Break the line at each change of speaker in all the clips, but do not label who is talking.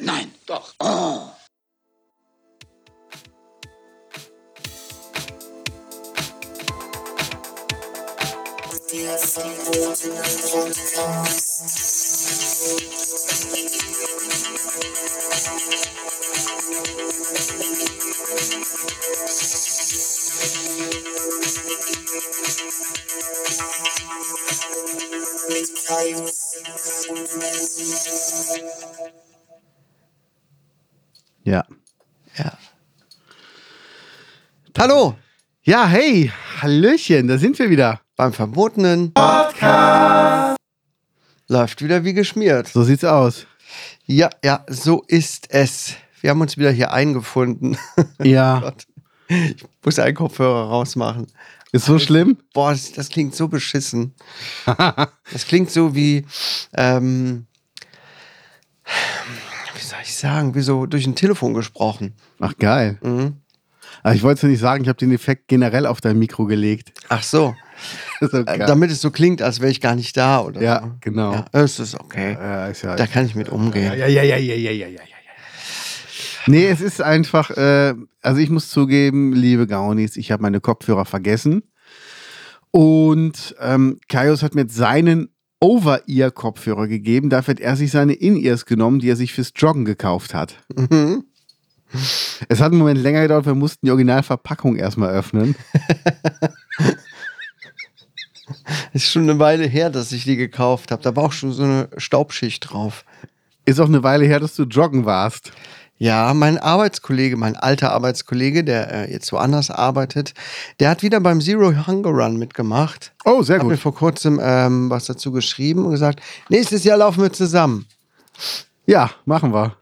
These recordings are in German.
Nein.
Doch.
Oh.
Ja. Ja. Hallo. Ja, hey. Hallöchen, da sind wir wieder.
Beim verbotenen Podcast läuft wieder wie geschmiert.
So sieht's aus.
Ja, ja, so ist es. Wir haben uns wieder hier eingefunden.
Ja.
Gott. Ich muss einen Kopfhörer rausmachen.
Ist so schlimm?
Boah, das, das klingt so beschissen. Das klingt so wie, ähm, wie soll ich sagen, wie so durch ein Telefon gesprochen.
Ach, geil.
Mhm.
Aber ich wollte es nicht sagen, ich habe den Effekt generell auf dein Mikro gelegt.
Ach so,
So
äh,
geil.
damit es so klingt, als wäre ich gar nicht da oder so.
ja, genau.
Ja, es ist okay.
Ja, ist ja,
Da kann ich mit umgehen.
ja, ja, ja, ja, ja, ja, ja, ja. Nee, es ist einfach, äh, also ich muss zugeben, liebe Gaunis, ich habe meine Kopfhörer vergessen. Und ähm, Kaius hat mir jetzt seinen Over-Ear-Kopfhörer gegeben. Dafür hat er sich seine In-Ears genommen, die er sich fürs Joggen gekauft hat.
Mhm.
Es hat einen Moment länger gedauert, wir mussten die Originalverpackung erstmal öffnen.
Ist schon eine Weile her, dass ich die gekauft habe. Da war auch schon so eine Staubschicht drauf.
Ist auch eine Weile her, dass du joggen warst.
Ja, mein Arbeitskollege, mein alter Arbeitskollege, der äh, jetzt woanders arbeitet, der hat wieder beim Zero Hunger Run mitgemacht.
Oh, sehr
Hat mir
gut.
vor kurzem ähm, was dazu geschrieben und gesagt, nächstes Jahr laufen wir zusammen.
Ja, machen wir.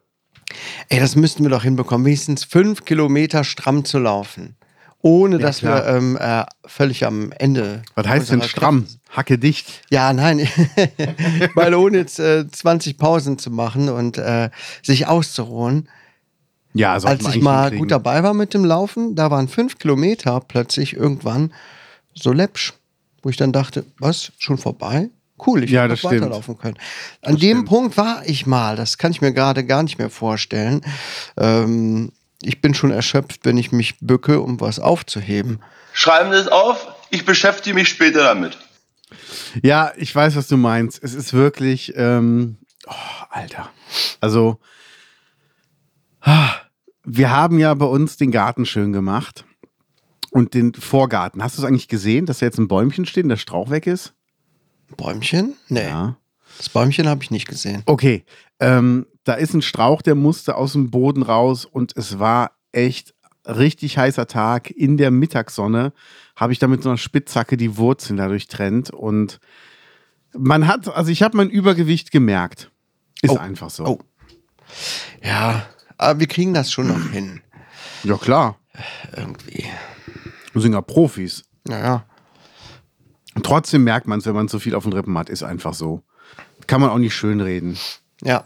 Ey, das müssten wir doch hinbekommen, wenigstens fünf Kilometer stramm zu laufen. Ohne dass
klar.
wir ähm, äh, völlig am Ende.
Was heißt denn
unserer
stramm? Hacke dicht.
Ja, nein, weil ohne jetzt äh, 20 Pausen zu machen und äh, sich auszuruhen.
Ja, sollte
Als
man
ich
eigentlich
mal
hinkriegen.
gut dabei war mit dem Laufen, da waren fünf Kilometer plötzlich irgendwann so läppsch, wo ich dann dachte, was, schon vorbei? Cool, ich
Ja,
hätte
das
noch
stimmt.
weiterlaufen können. An dem Punkt war ich mal, das kann ich mir gerade gar nicht mehr vorstellen. Ähm, ich bin schon erschöpft, wenn ich mich bücke, um was aufzuheben.
schreiben das auf, ich beschäftige mich später damit.
Ja, ich weiß, was du meinst. Es ist wirklich, ähm, oh, Alter. Also, ah, wir haben ja bei uns den Garten schön gemacht und den Vorgarten. Hast du es eigentlich gesehen, dass da jetzt ein Bäumchen steht und der Strauch weg ist?
Bäumchen? Nee,
Ja.
das Bäumchen habe ich nicht gesehen.
Okay, ähm, da ist ein Strauch, der musste aus dem Boden raus und es war echt richtig heißer Tag. In der Mittagssonne habe ich da mit so einer Spitzhacke die Wurzeln dadurch trennt und man hat, also ich habe mein Übergewicht gemerkt. Ist
Oh.
einfach so.
Oh. Ja, aber wir kriegen das schon
Hm.
noch hin.
Ja klar,
Irgendwie.
wir sind ja Profis.
Naja.
Und trotzdem merkt man es, wenn man zu viel auf den Rippen hat, ist einfach so. Kann man auch nicht schönreden.
Ja.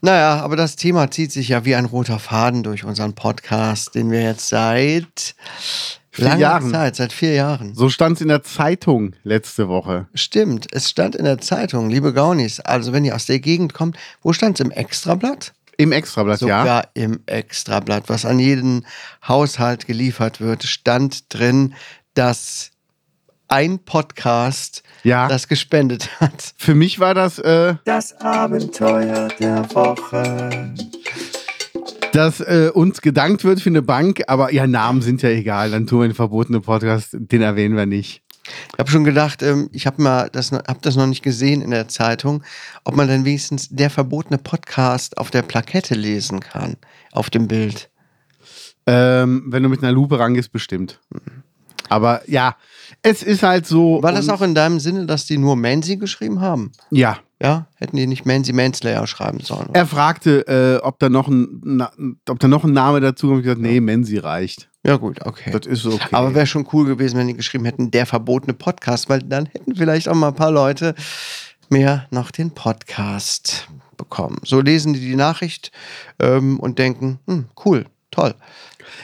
Naja, aber das Thema zieht sich ja wie ein roter Faden durch unseren Podcast, den wir jetzt seit
Vier
langer
Jahren.
Zeit, seit vier Jahren.
So stand es in der Zeitung letzte Woche.
Stimmt, es stand in der Zeitung, liebe Gaunis, also wenn ihr aus der Gegend kommt, wo stand es im Extrablatt?
Im Extrablatt,
Sogar
ja.
im Extrablatt, was an jeden Haushalt geliefert wird, stand drin, dass ein Podcast
Ja.
das gespendet hat.
Für mich war das äh,
Das Abenteuer der Woche.
dass äh, uns gedankt wird für eine Bank, aber ja, Namen sind ja egal. Dann tun wir den verbotenen Podcast, den erwähnen wir nicht.
Ich habe schon gedacht, ähm, ich habe mal das, hab das noch nicht gesehen in der Zeitung, ob man dann wenigstens der verbotene Podcast auf der Plakette lesen kann, auf dem Bild.
Ähm, wenn du mit einer Lupe rangehst, bestimmt. Aber ja, es ist halt so.
War das
und-
auch in deinem Sinne, dass die nur Mansi geschrieben haben?
Ja.
Ja, hätten die nicht Mansi Manslayer schreiben sollen?
Er fragte, äh, ob, da noch ein, na, ob da noch ein Name dazu kommt. Ich gesagt, nee, Menzi reicht.
Ja gut, okay.
Das ist okay.
Aber wäre schon cool gewesen, wenn die geschrieben hätten, der verbotene Podcast, weil dann hätten vielleicht auch mal ein paar Leute mehr noch den Podcast bekommen. So lesen die die Nachricht ähm, und denken, hm, cool, toll.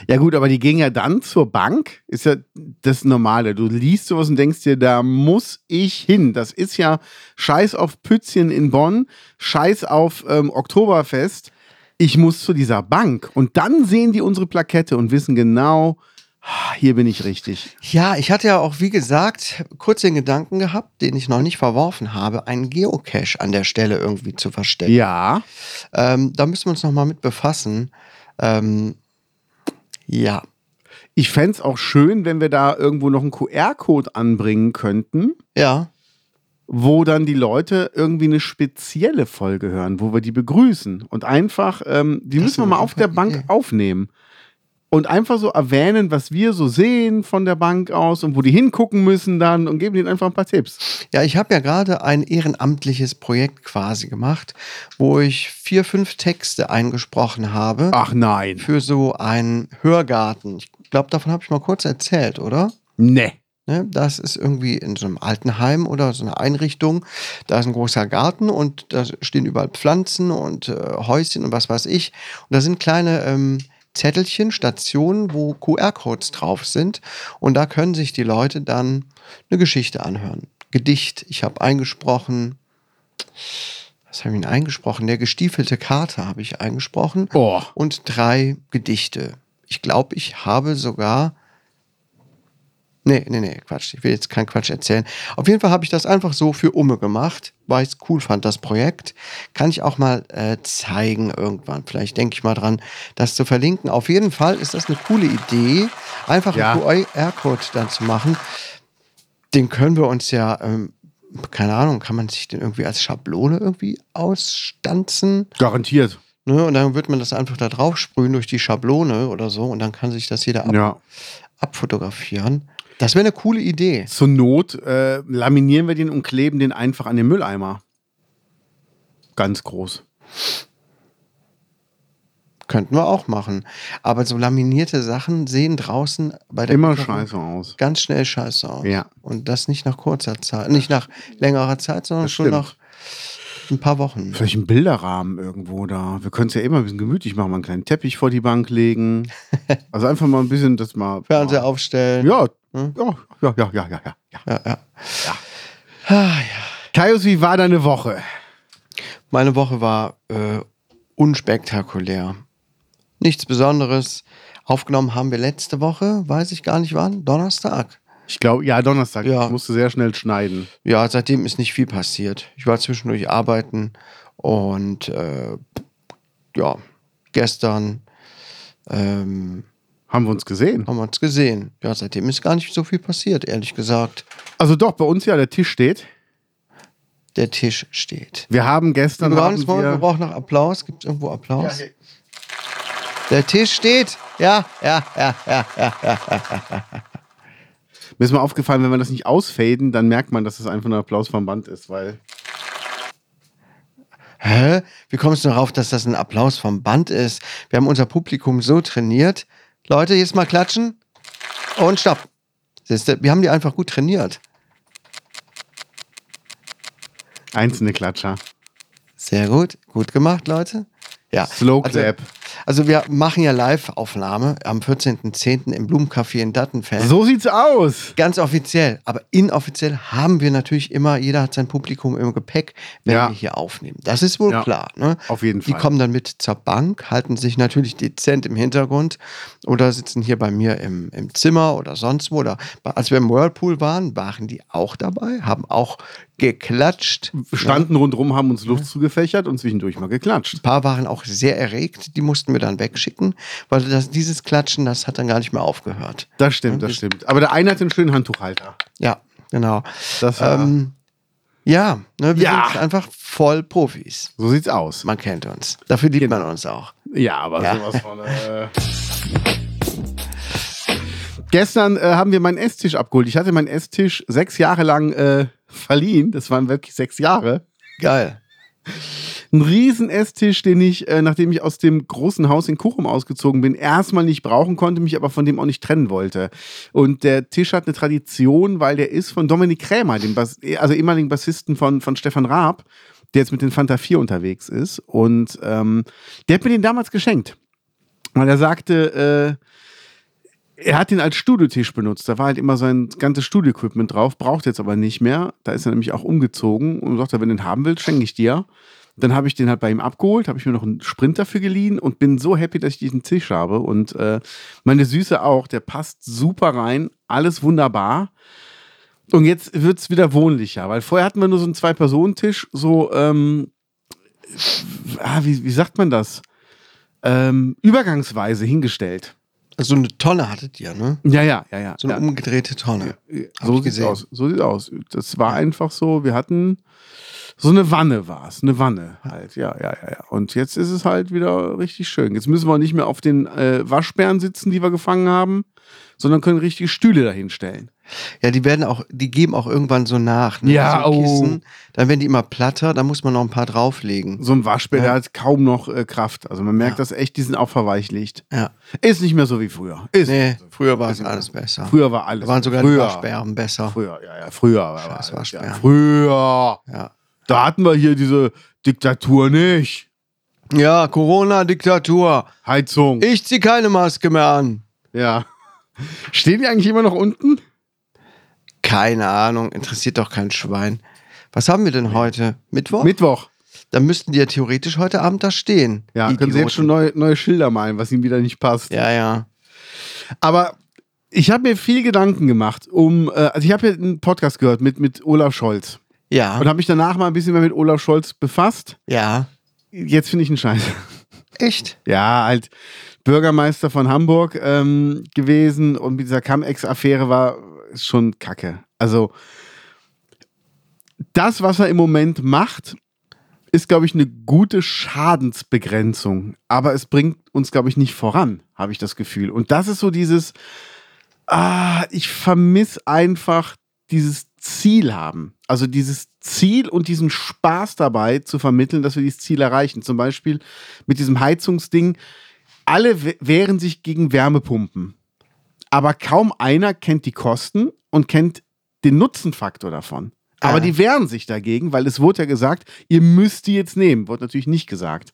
ja, gut, aber die gehen ja dann zur Bank. Ist ja das Normale. Du liest sowas und denkst dir, da muss ich hin. Das ist ja Scheiß auf Pützchen in Bonn, Scheiß auf ähm, Oktoberfest. ich muss zu dieser Bank. Und dann sehen die unsere Plakette und wissen genau, ah, hier bin ich richtig.
Ja, ich hatte ja auch, wie gesagt, kurz den Gedanken gehabt, den ich noch nicht verworfen habe, einen Geocache an der Stelle irgendwie zu verstecken.
Ja.
Ähm, da müssen wir uns nochmal mit befassen. Ähm, ja.
Ich fände es auch schön, wenn wir da irgendwo noch einen QR-Code anbringen könnten,
Ja.
wo dann die Leute irgendwie eine spezielle Folge hören, wo wir die begrüßen. Und einfach, ähm, die
Das ist
müssen wir
eine
mal auf der
gute
Bank
Idee.
aufnehmen. Und einfach so erwähnen, was wir so sehen von der Bank aus und wo die hingucken müssen dann und geben denen einfach ein paar Tipps.
Ja, ich habe ja gerade ein ehrenamtliches Projekt quasi gemacht, wo ich vier, fünf Texte eingesprochen habe
Ach nein.
für so einen Hörgarten. Ich glaube, davon habe ich mal kurz erzählt, oder?
Nee.
Ne, das ist irgendwie in so einem Altenheim oder so einer Einrichtung. Da ist ein großer Garten und da stehen überall Pflanzen und äh, Häuschen und was weiß ich. Und da sind kleine ähm, Zettelchen, Stationen, wo QR-Codes drauf sind. Und da können sich die Leute dann eine Geschichte anhören. Gedicht, ich habe eingesprochen. Was habe ich denn eingesprochen? Der gestiefelte Kater habe ich eingesprochen
Boah.
und drei Gedichte. Ich glaube, ich habe sogar. Nee, nee, nee, Quatsch. Ich will jetzt keinen Quatsch erzählen. Auf jeden Fall habe ich das einfach so für Umme gemacht, weil ich es cool fand, das Projekt. Kann ich auch mal äh, zeigen irgendwann. Vielleicht denke ich mal dran, das zu verlinken. Auf jeden Fall ist das eine coole Idee, einfach
Ja.
einen QR-Code dann zu machen. Den können wir uns ja, ähm, keine Ahnung, kann man sich den irgendwie als Schablone irgendwie ausstanzen?
Garantiert.
Ne, und dann wird man das einfach da drauf sprühen durch die Schablone oder so und dann kann sich das jeder ab
Ja.
abfotografieren. Das wäre eine coole Idee.
Zur Not äh, laminieren wir den und kleben den einfach an den Mülleimer. Ganz groß.
Könnten wir auch machen. Aber so laminierte Sachen sehen draußen bei der
Immer
Lieferung
scheiße aus.
Ganz schnell scheiße aus.
Ja.
Und das nicht nach kurzer Zeit, nicht nach längerer Zeit, sondern
Das
schon
stimmt.
nach ein paar Wochen.
Vielleicht ein Bilderrahmen irgendwo da. Wir können es ja immer ein bisschen gemütlich machen, mal einen kleinen Teppich vor die Bank legen. Also einfach mal ein bisschen das mal.
Fernseher aufstellen.
Ja,
Hm?
ja, ja, ja, ja, ja, ja. ja.
Ja, ja. Ah, ja.
Kaius, wie war deine Woche?
Meine Woche war äh, unspektakulär. Nichts Besonderes. Aufgenommen haben wir letzte Woche, weiß ich gar nicht wann, Donnerstag.
Ich glaube, ja, Donnerstag.
Ja.
Ich musste sehr schnell schneiden.
Ja, seitdem ist nicht viel passiert. Ich war zwischendurch arbeiten und äh, ja, gestern ähm,
Haben wir uns gesehen?
haben wir uns gesehen. Ja, seitdem ist gar nicht so viel passiert, ehrlich gesagt.
Also doch, bei uns ja der Tisch steht.
Der Tisch steht.
Wir haben gestern.
Liebe
haben
Gaunis, Moment, wir
wir,
brauchen noch Applaus. Gibt es irgendwo Applaus? Der Tisch steht. Ja, ja, ja, ja, ja, ja.
mir ist mal aufgefallen, wenn wir das nicht ausfaden, dann merkt man, dass es einfach nur Applaus vom Band ist, weil
Hä? Wie kommst du darauf, dass das ein Applaus vom Band ist? Wir haben unser Publikum so trainiert. Leute, jetzt mal klatschen. Und stopp. Siehst du, Wir haben die einfach gut trainiert.
einzelne Klatscher.
Sehr gut. Gut gemacht, Leute. Ja.
Slow
Also-
Clap.
Also wir machen ja Live-Aufnahme am 14.10. im Blumencafé in Dattenfeld.
so sieht's aus.
Ganz offiziell, aber inoffiziell haben wir natürlich immer, jeder hat sein Publikum im Gepäck, wenn
Ja.
wir hier aufnehmen. Das ist wohl
Ja.
klar. Ne?
Auf jeden
Die
Fall.
kommen dann mit zur Bank, halten sich natürlich dezent im Hintergrund oder sitzen hier bei mir im, im Zimmer oder sonst wo. Oder bei- als wir im Whirlpool waren, waren die auch dabei, haben auch geklatscht.
Standen rundherum, haben uns Luft zugefächert und zwischendurch mal geklatscht.
Ein paar waren auch sehr erregt, die mussten wir dann wegschicken, weil das, dieses Klatschen, das hat dann gar nicht mehr aufgehört.
Das stimmt, das stimmt. Aber der eine hat einen schönen Handtuchhalter.
Ja, genau.
Das war,
Ähm, ja, ne, wir
Ja.
sind einfach voll Profis.
so sieht's aus.
Man kennt uns. Dafür liebt
Genau.
man uns auch.
Ja, aber
Ja.
sowas von. Äh Gestern äh, haben wir meinen Esstisch abgeholt. Ich hatte meinen Esstisch sechs Jahre lang äh, verliehen. Das waren wirklich sechs Jahre.
Geil.
Ein riesen Esstisch, den ich, äh, nachdem ich aus dem großen Haus in Kuchum ausgezogen bin, erstmal nicht brauchen konnte, mich aber von dem auch nicht trennen wollte. Und der Tisch hat eine Tradition, weil der ist von Dominik Krämer, dem Bas also ehemaligen Bassisten von, von Stefan Raab, der jetzt mit den Fanta 4 unterwegs ist. Und ähm, der hat mir den damals geschenkt. Weil er sagte, äh, er hat ihn als Studiotisch benutzt. Da war halt immer sein ganzes Studio-Equipment drauf, braucht jetzt aber nicht mehr. Da ist er nämlich auch umgezogen und sagte, wenn du den haben willst, schenke ich dir. Dann habe ich den halt bei ihm abgeholt, habe ich mir noch einen Sprint dafür geliehen und bin so happy, dass ich diesen Tisch habe. Und äh, meine Süße auch, der passt super rein, alles wunderbar. Und jetzt wird es wieder wohnlicher, weil vorher hatten wir nur so einen Zwei-Personen-Tisch, so, ähm, ah, wie, wie sagt man das? Ähm, übergangsweise hingestellt.
So Also eine Tonne hattet ihr, ne?
Ja, ja, ja, ja.
So eine
ja.
umgedrehte Tonne. Hab
So sieht's
ich gesehen.
aus. So sieht's aus. Das war einfach so, wir hatten so eine Wanne war es, eine Wanne halt. Ja, ja, ja, ja. Und jetzt ist es halt wieder richtig schön. Jetzt müssen wir nicht mehr auf den äh, Waschbären sitzen, die wir gefangen haben, sondern können richtige Stühle dahinstellen.
Ja, die werden auch, die geben auch irgendwann so nach. Ne?
Ja,
so ein
oh.
Kissen, dann werden die immer platter, da muss man noch ein paar drauflegen.
So ein Waschbär,
Ja.
der hat kaum noch äh, Kraft. Also man merkt,
Ja.
dass echt, die sind auch verweichlicht.
Ja.
Ist nicht mehr so wie früher. Ist.
Nee, früher war es
Also,
alles besser.
Früher war alles.
da waren sogar die
früher,
Waschbären besser.
Früher, ja, ja, früher. war-
Scheiß
war-
Waschbären.
Ja, früher.
Ja.
Da hatten wir hier diese Diktatur nicht.
Ja, Corona-Diktatur.
Heizung.
Ich zieh keine Maske mehr an.
Ja. Stehen die eigentlich immer noch unten?
Keine Ahnung, interessiert doch kein Schwein. Was haben wir denn heute? Mittwoch?
Mittwoch.
dann müssten die ja theoretisch heute Abend da stehen.
Ja,
die
können sie jetzt schon
Idioten.
neue, neue Schilder malen, was ihnen wieder nicht passt.
Ja, ja.
Aber ich habe mir viel Gedanken gemacht, um. Äh, also, ich habe hier einen Podcast gehört mit, mit Olaf Scholz.
Ja,
Und habe mich danach mal ein bisschen mehr mit Olaf Scholz befasst.
ja.
Jetzt finde ich einen Scheiß.
Echt?
Ja, halt Bürgermeister von Hamburg ähm, gewesen und mit dieser Cum-Ex-Affäre war schon kacke. Also, das, was er im Moment macht, ist, glaube ich, eine gute Schadensbegrenzung. Aber es bringt uns, glaube ich, nicht voran, habe ich das Gefühl. Und das ist so dieses, ah, ich vermisse einfach dieses Ziel haben. Also dieses Ziel und diesen Spaß dabei zu vermitteln, dass wir dieses Ziel erreichen. Zum Beispiel mit diesem Heizungsding. Alle we- wehren sich gegen Wärmepumpen. Aber kaum einer kennt die Kosten und kennt den Nutzenfaktor davon. Aber
Ah.
die wehren sich dagegen, weil es wurde ja gesagt, ihr müsst die jetzt nehmen. Wurde natürlich nicht gesagt.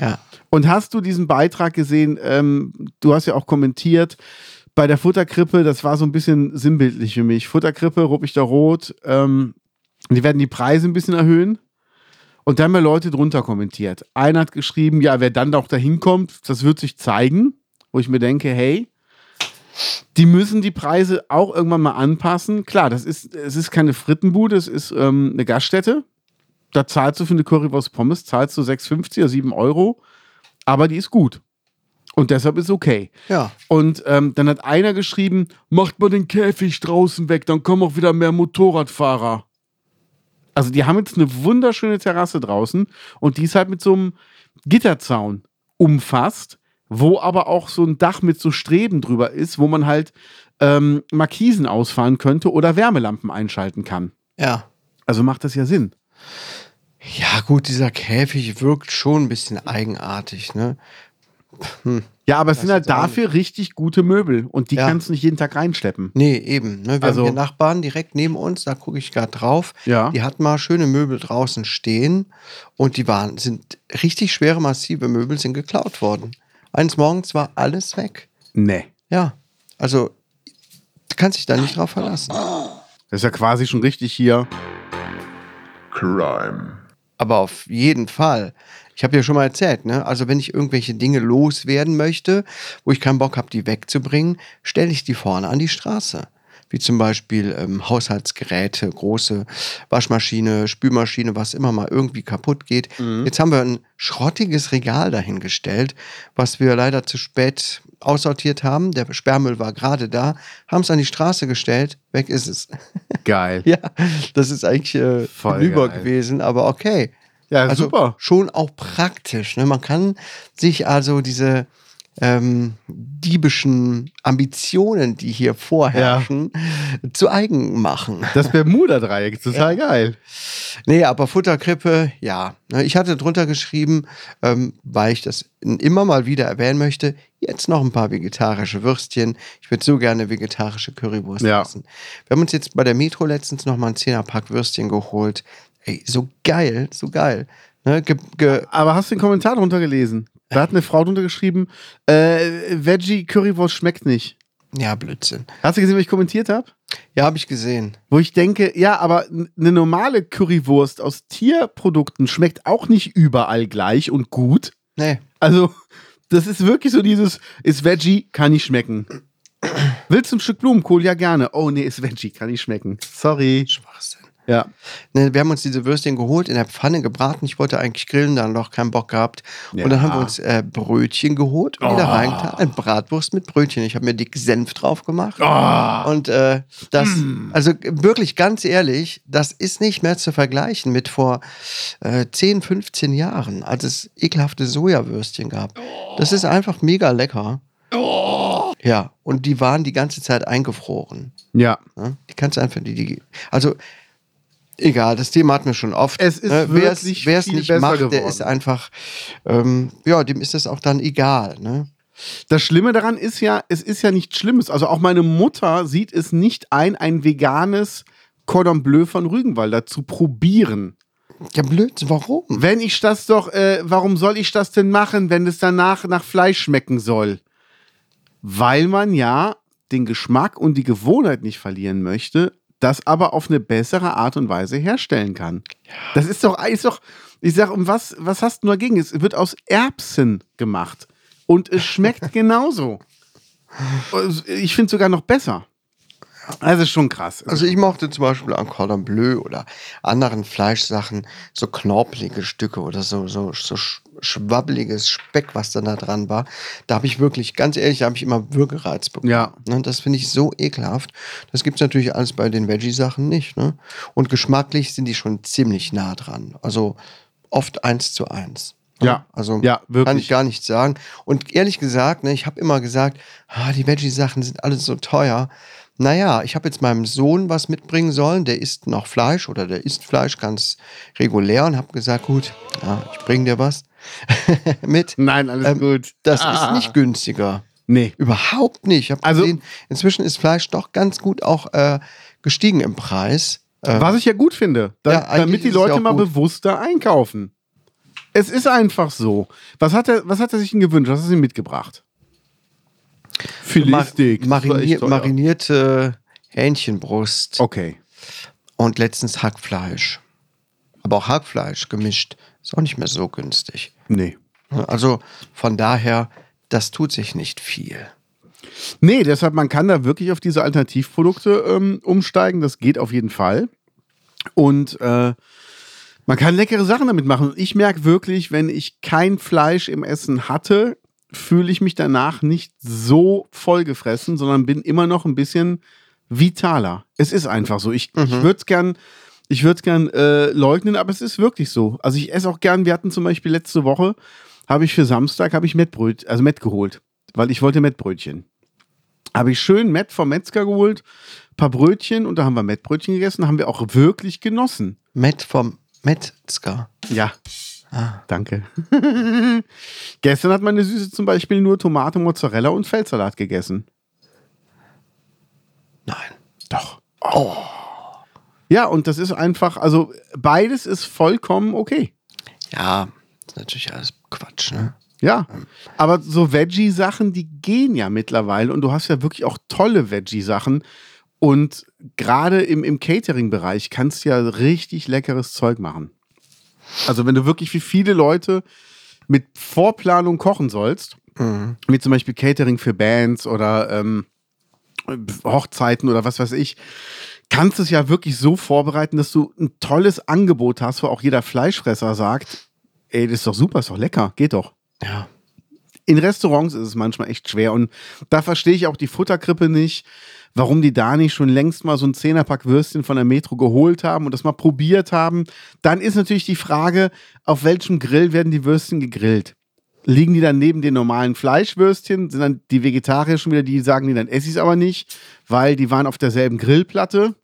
Ja.
Und hast du diesen Beitrag gesehen? Ähm, du hast ja auch kommentiert bei der Futterkrippe, das war so ein bisschen sinnbildlich für mich. Futterkrippe, Ruppichter Rot, ähm, die werden die Preise ein bisschen erhöhen. Und dann haben ja Leute drunter kommentiert. Einer hat geschrieben, ja, wer dann auch dahin kommt, das wird sich zeigen. Wo ich mir denke, hey, die müssen die Preise auch irgendwann mal anpassen. Klar, das ist, es ist keine Frittenbude, es ist ähm, eine Gaststätte. Da zahlst du für eine Currywurst Pommes, zahlst du 6,50 oder 7 Euro aber die ist gut. Und deshalb ist okay.
Ja.
Und ähm, dann hat einer geschrieben, macht mal den Käfig draußen weg, dann kommen auch wieder mehr Motorradfahrer. Also die haben jetzt eine wunderschöne Terrasse draußen und die ist halt mit so einem Gitterzaun umfasst, wo aber auch so ein Dach mit so Streben drüber ist, wo man halt ähm, Markisen ausfahren könnte oder Wärmelampen einschalten kann.
Ja.
Also macht das ja Sinn.
Ja, gut, dieser Käfig wirkt schon ein bisschen eigenartig, ne?
Ja, aber es
Das
sind halt
ist auch
dafür richtig gute Möbel und die
Ja.
kannst du nicht jeden Tag reinschleppen.
Nee, eben. Ne? Wir
Also-
haben hier Nachbarn direkt neben uns, da gucke ich gerade drauf.
Ja.
Die hatten mal schöne Möbel draußen stehen und die waren, sind richtig schwere, massive Möbel sind geklaut worden. Eines Morgens war alles weg.
Nee.
Ja. Also, du kannst dich da nicht drauf verlassen.
Das ist ja quasi schon richtig hier.
Crime.
Aber auf jeden Fall. Ich habe ja schon mal erzählt, ne? Also wenn ich irgendwelche Dinge loswerden möchte, wo ich keinen Bock habe, die wegzubringen, stelle ich die vorne an die Straße. Wie zum Beispiel ähm, Haushaltsgeräte, große Waschmaschine, Spülmaschine, was immer mal irgendwie kaputt geht. Jetzt haben wir ein schrottiges Regal dahingestellt, was wir leider zu spät aussortiert haben. Der Sperrmüll war gerade da, haben es an die Straße gestellt, weg ist es.
Geil.
Ja, das ist eigentlich äh,
Voll
hinüber
geil.
gewesen, aber okay.
Ja,
also
super.
Schon auch praktisch. Ne? Man kann sich also diese ähm, diebischen Ambitionen, die hier vorherrschen, zu eigen machen.
Das Bermuda-Dreieck ist total geil.
Nee, aber Futterkrippe, ja. Ne, Ich hatte drunter geschrieben, ähm, weil ich das n- immer mal wieder erwähnen möchte, jetzt noch ein paar vegetarische Würstchen. Ich würde so gerne vegetarische Currywurst
Ja.
essen. Wir haben uns jetzt bei der Metro letztens noch mal ein Zehnerpack Würstchen geholt. Ey, so geil, so geil. Ne, ge ge
Aber hast du den Kommentar drunter gelesen? Da hat eine Frau drunter geschrieben, äh, Veggie Currywurst schmeckt nicht.
ja, Blödsinn.
Hast du gesehen, was ich kommentiert habe?
Ja, habe ich gesehen.
Wo ich denke, ja, aber n- eine normale Currywurst aus Tierprodukten schmeckt auch nicht überall gleich und gut.
Nee.
Also, das ist wirklich so dieses, ist Veggie, kann ich schmecken. Willst du ein Stück Blumenkohl? Ja, gerne. Oh, nee, ist Veggie, kann ich schmecken. Sorry.
Schwachsinn.
Ja.
Ne, wir haben uns diese Würstchen geholt, in der Pfanne gebraten. Ich wollte eigentlich grillen, dann noch keinen Bock gehabt.
Ja.
Und dann haben wir uns äh, Brötchen geholt und wieder
Oh.
reingetan. Bratwurst mit Brötchen. Ich habe mir dick Senf drauf gemacht.
Oh. Mm.
Und äh, das, also g- wirklich ganz ehrlich, das ist nicht mehr zu vergleichen mit vor äh, 10, 15 Jahren, als es ekelhafte Sojawürstchen gab.
Oh.
Das ist einfach mega lecker. Ja, und die waren die ganze Zeit eingefroren.
Ja.
Ne? Die kannst du einfach, die, die, also egal, das Thema hatten wir schon oft.
Es ist
Ne? Wer's-
wirklich
wer's
viel
nicht
besser
macht, der
geworden.
ist einfach, ähm, ja, dem ist das auch dann egal. Ne?
Das Schlimme daran ist ja, es ist ja nichts Schlimmes. Also auch meine Mutter sieht es nicht ein, ein veganes Cordon Bleu von Rügenwalder zu probieren.
Ja, Blödsinn, warum?
Wenn ich das doch, äh, warum soll ich das denn machen, wenn es danach nach Fleisch schmecken soll? Weil man ja den Geschmack und die Gewohnheit nicht verlieren möchte, das aber auf eine bessere Art und Weise herstellen kann. Das ist doch, ist doch, ich sag, um was, was hast du dagegen? Es wird aus Erbsen gemacht und es schmeckt genauso. Ich finde sogar noch besser. Also ist schon krass.
Also ich mochte zum Beispiel an Cordon Bleu oder anderen Fleischsachen so knorpelige Stücke oder so, so, so sch- schwabbeliges Speck, was dann da dran war. Da habe ich wirklich, ganz ehrlich, da habe ich immer Würgereiz bekommen.
Ja.
Ne, das finde ich so ekelhaft. Das gibt es natürlich alles bei den Veggie-Sachen nicht. Ne? Und geschmacklich sind die schon ziemlich nah dran. Also oft eins zu eins. ne?
Ja.
Also
Ja,
kann
wirklich.
ich gar nichts sagen. Und ehrlich gesagt, ne, ich habe immer gesagt, ah, die Veggie-Sachen sind alles so teuer. Naja, ich habe jetzt meinem Sohn was mitbringen sollen, der isst noch Fleisch oder der isst Fleisch ganz regulär und habe gesagt, gut, ja, ich bringe dir was mit.
Nein, alles
Ähm,
gut.
Das
Ah.
ist nicht günstiger.
Nee.
Überhaupt nicht. Ich hab
Also-
gesehen, inzwischen ist Fleisch doch ganz gut auch äh, gestiegen im Preis. Äh,
Was ich ja gut finde, da,
Ja, eigentlich
damit die
ist es ja
Leute
auch
mal
gut.
bewusster einkaufen. Es ist einfach so. Was hat er, was hat er sich denn gewünscht? Was hat er ihm mitgebracht?
mar
Filetsteak. das war echt
marinier
teuer.
marinierte Hähnchenbrust
Okay.
und letztens Hackfleisch. Aber auch Hackfleisch gemischt ist auch nicht mehr so günstig.
Nee.
Also von daher, das tut sich nicht viel.
Nee, deshalb, man kann da wirklich auf diese Alternativprodukte ähm, umsteigen. Das geht auf jeden Fall. Und äh, man kann leckere Sachen damit machen. Und ich merke wirklich, wenn ich kein Fleisch im Essen hatte, fühle ich mich danach nicht so vollgefressen, sondern bin immer noch ein bisschen vitaler. Es ist einfach so. Ich, ich würde es gern, ich würd's gern äh, leugnen, aber es ist wirklich so. Also ich esse auch gern, wir hatten zum Beispiel letzte Woche, habe ich für Samstag, habe ich Mettbröt, also Mett geholt, weil ich wollte Mettbrötchen. Habe ich schön Mett vom Metzger geholt, paar Brötchen und da haben wir Mettbrötchen gegessen, haben wir auch wirklich genossen.
Matt vom Metzger.
Ja. Danke. Gestern hat meine Süße zum Beispiel nur Tomate, Mozzarella und Feldsalat gegessen.
Nein.
Doch. Oh. Ja, und das ist einfach, also beides ist vollkommen okay.
Ja, ist natürlich alles Quatsch, ne?
Ja. Aber so Veggie-Sachen, die gehen ja mittlerweile und du hast ja wirklich auch tolle Veggie-Sachen. Und gerade im, im Catering-Bereich kannst du ja richtig leckeres Zeug machen. Also, wenn du wirklich für viele Leute mit Vorplanung kochen sollst, wie zum Beispiel Catering für Bands oder ähm, Hochzeiten oder was weiß ich, kannst du es ja wirklich so vorbereiten, dass du ein tolles Angebot hast, wo auch jeder Fleischfresser sagt, ey, das ist doch super, ist doch lecker, geht doch.
Ja.
In Restaurants ist es manchmal echt schwer und da verstehe ich auch die Futterkrippe nicht, warum die da nicht schon längst mal so ein Zehnerpack Würstchen von der Metro geholt haben und das mal probiert haben. Dann ist natürlich die Frage, auf welchem Grill werden die Würstchen gegrillt? Liegen die dann neben den normalen Fleischwürstchen? Sind dann die Vegetarier schon wieder die, die sagen, die dann esse ich es aber nicht, weil die waren auf derselben Grillplatte?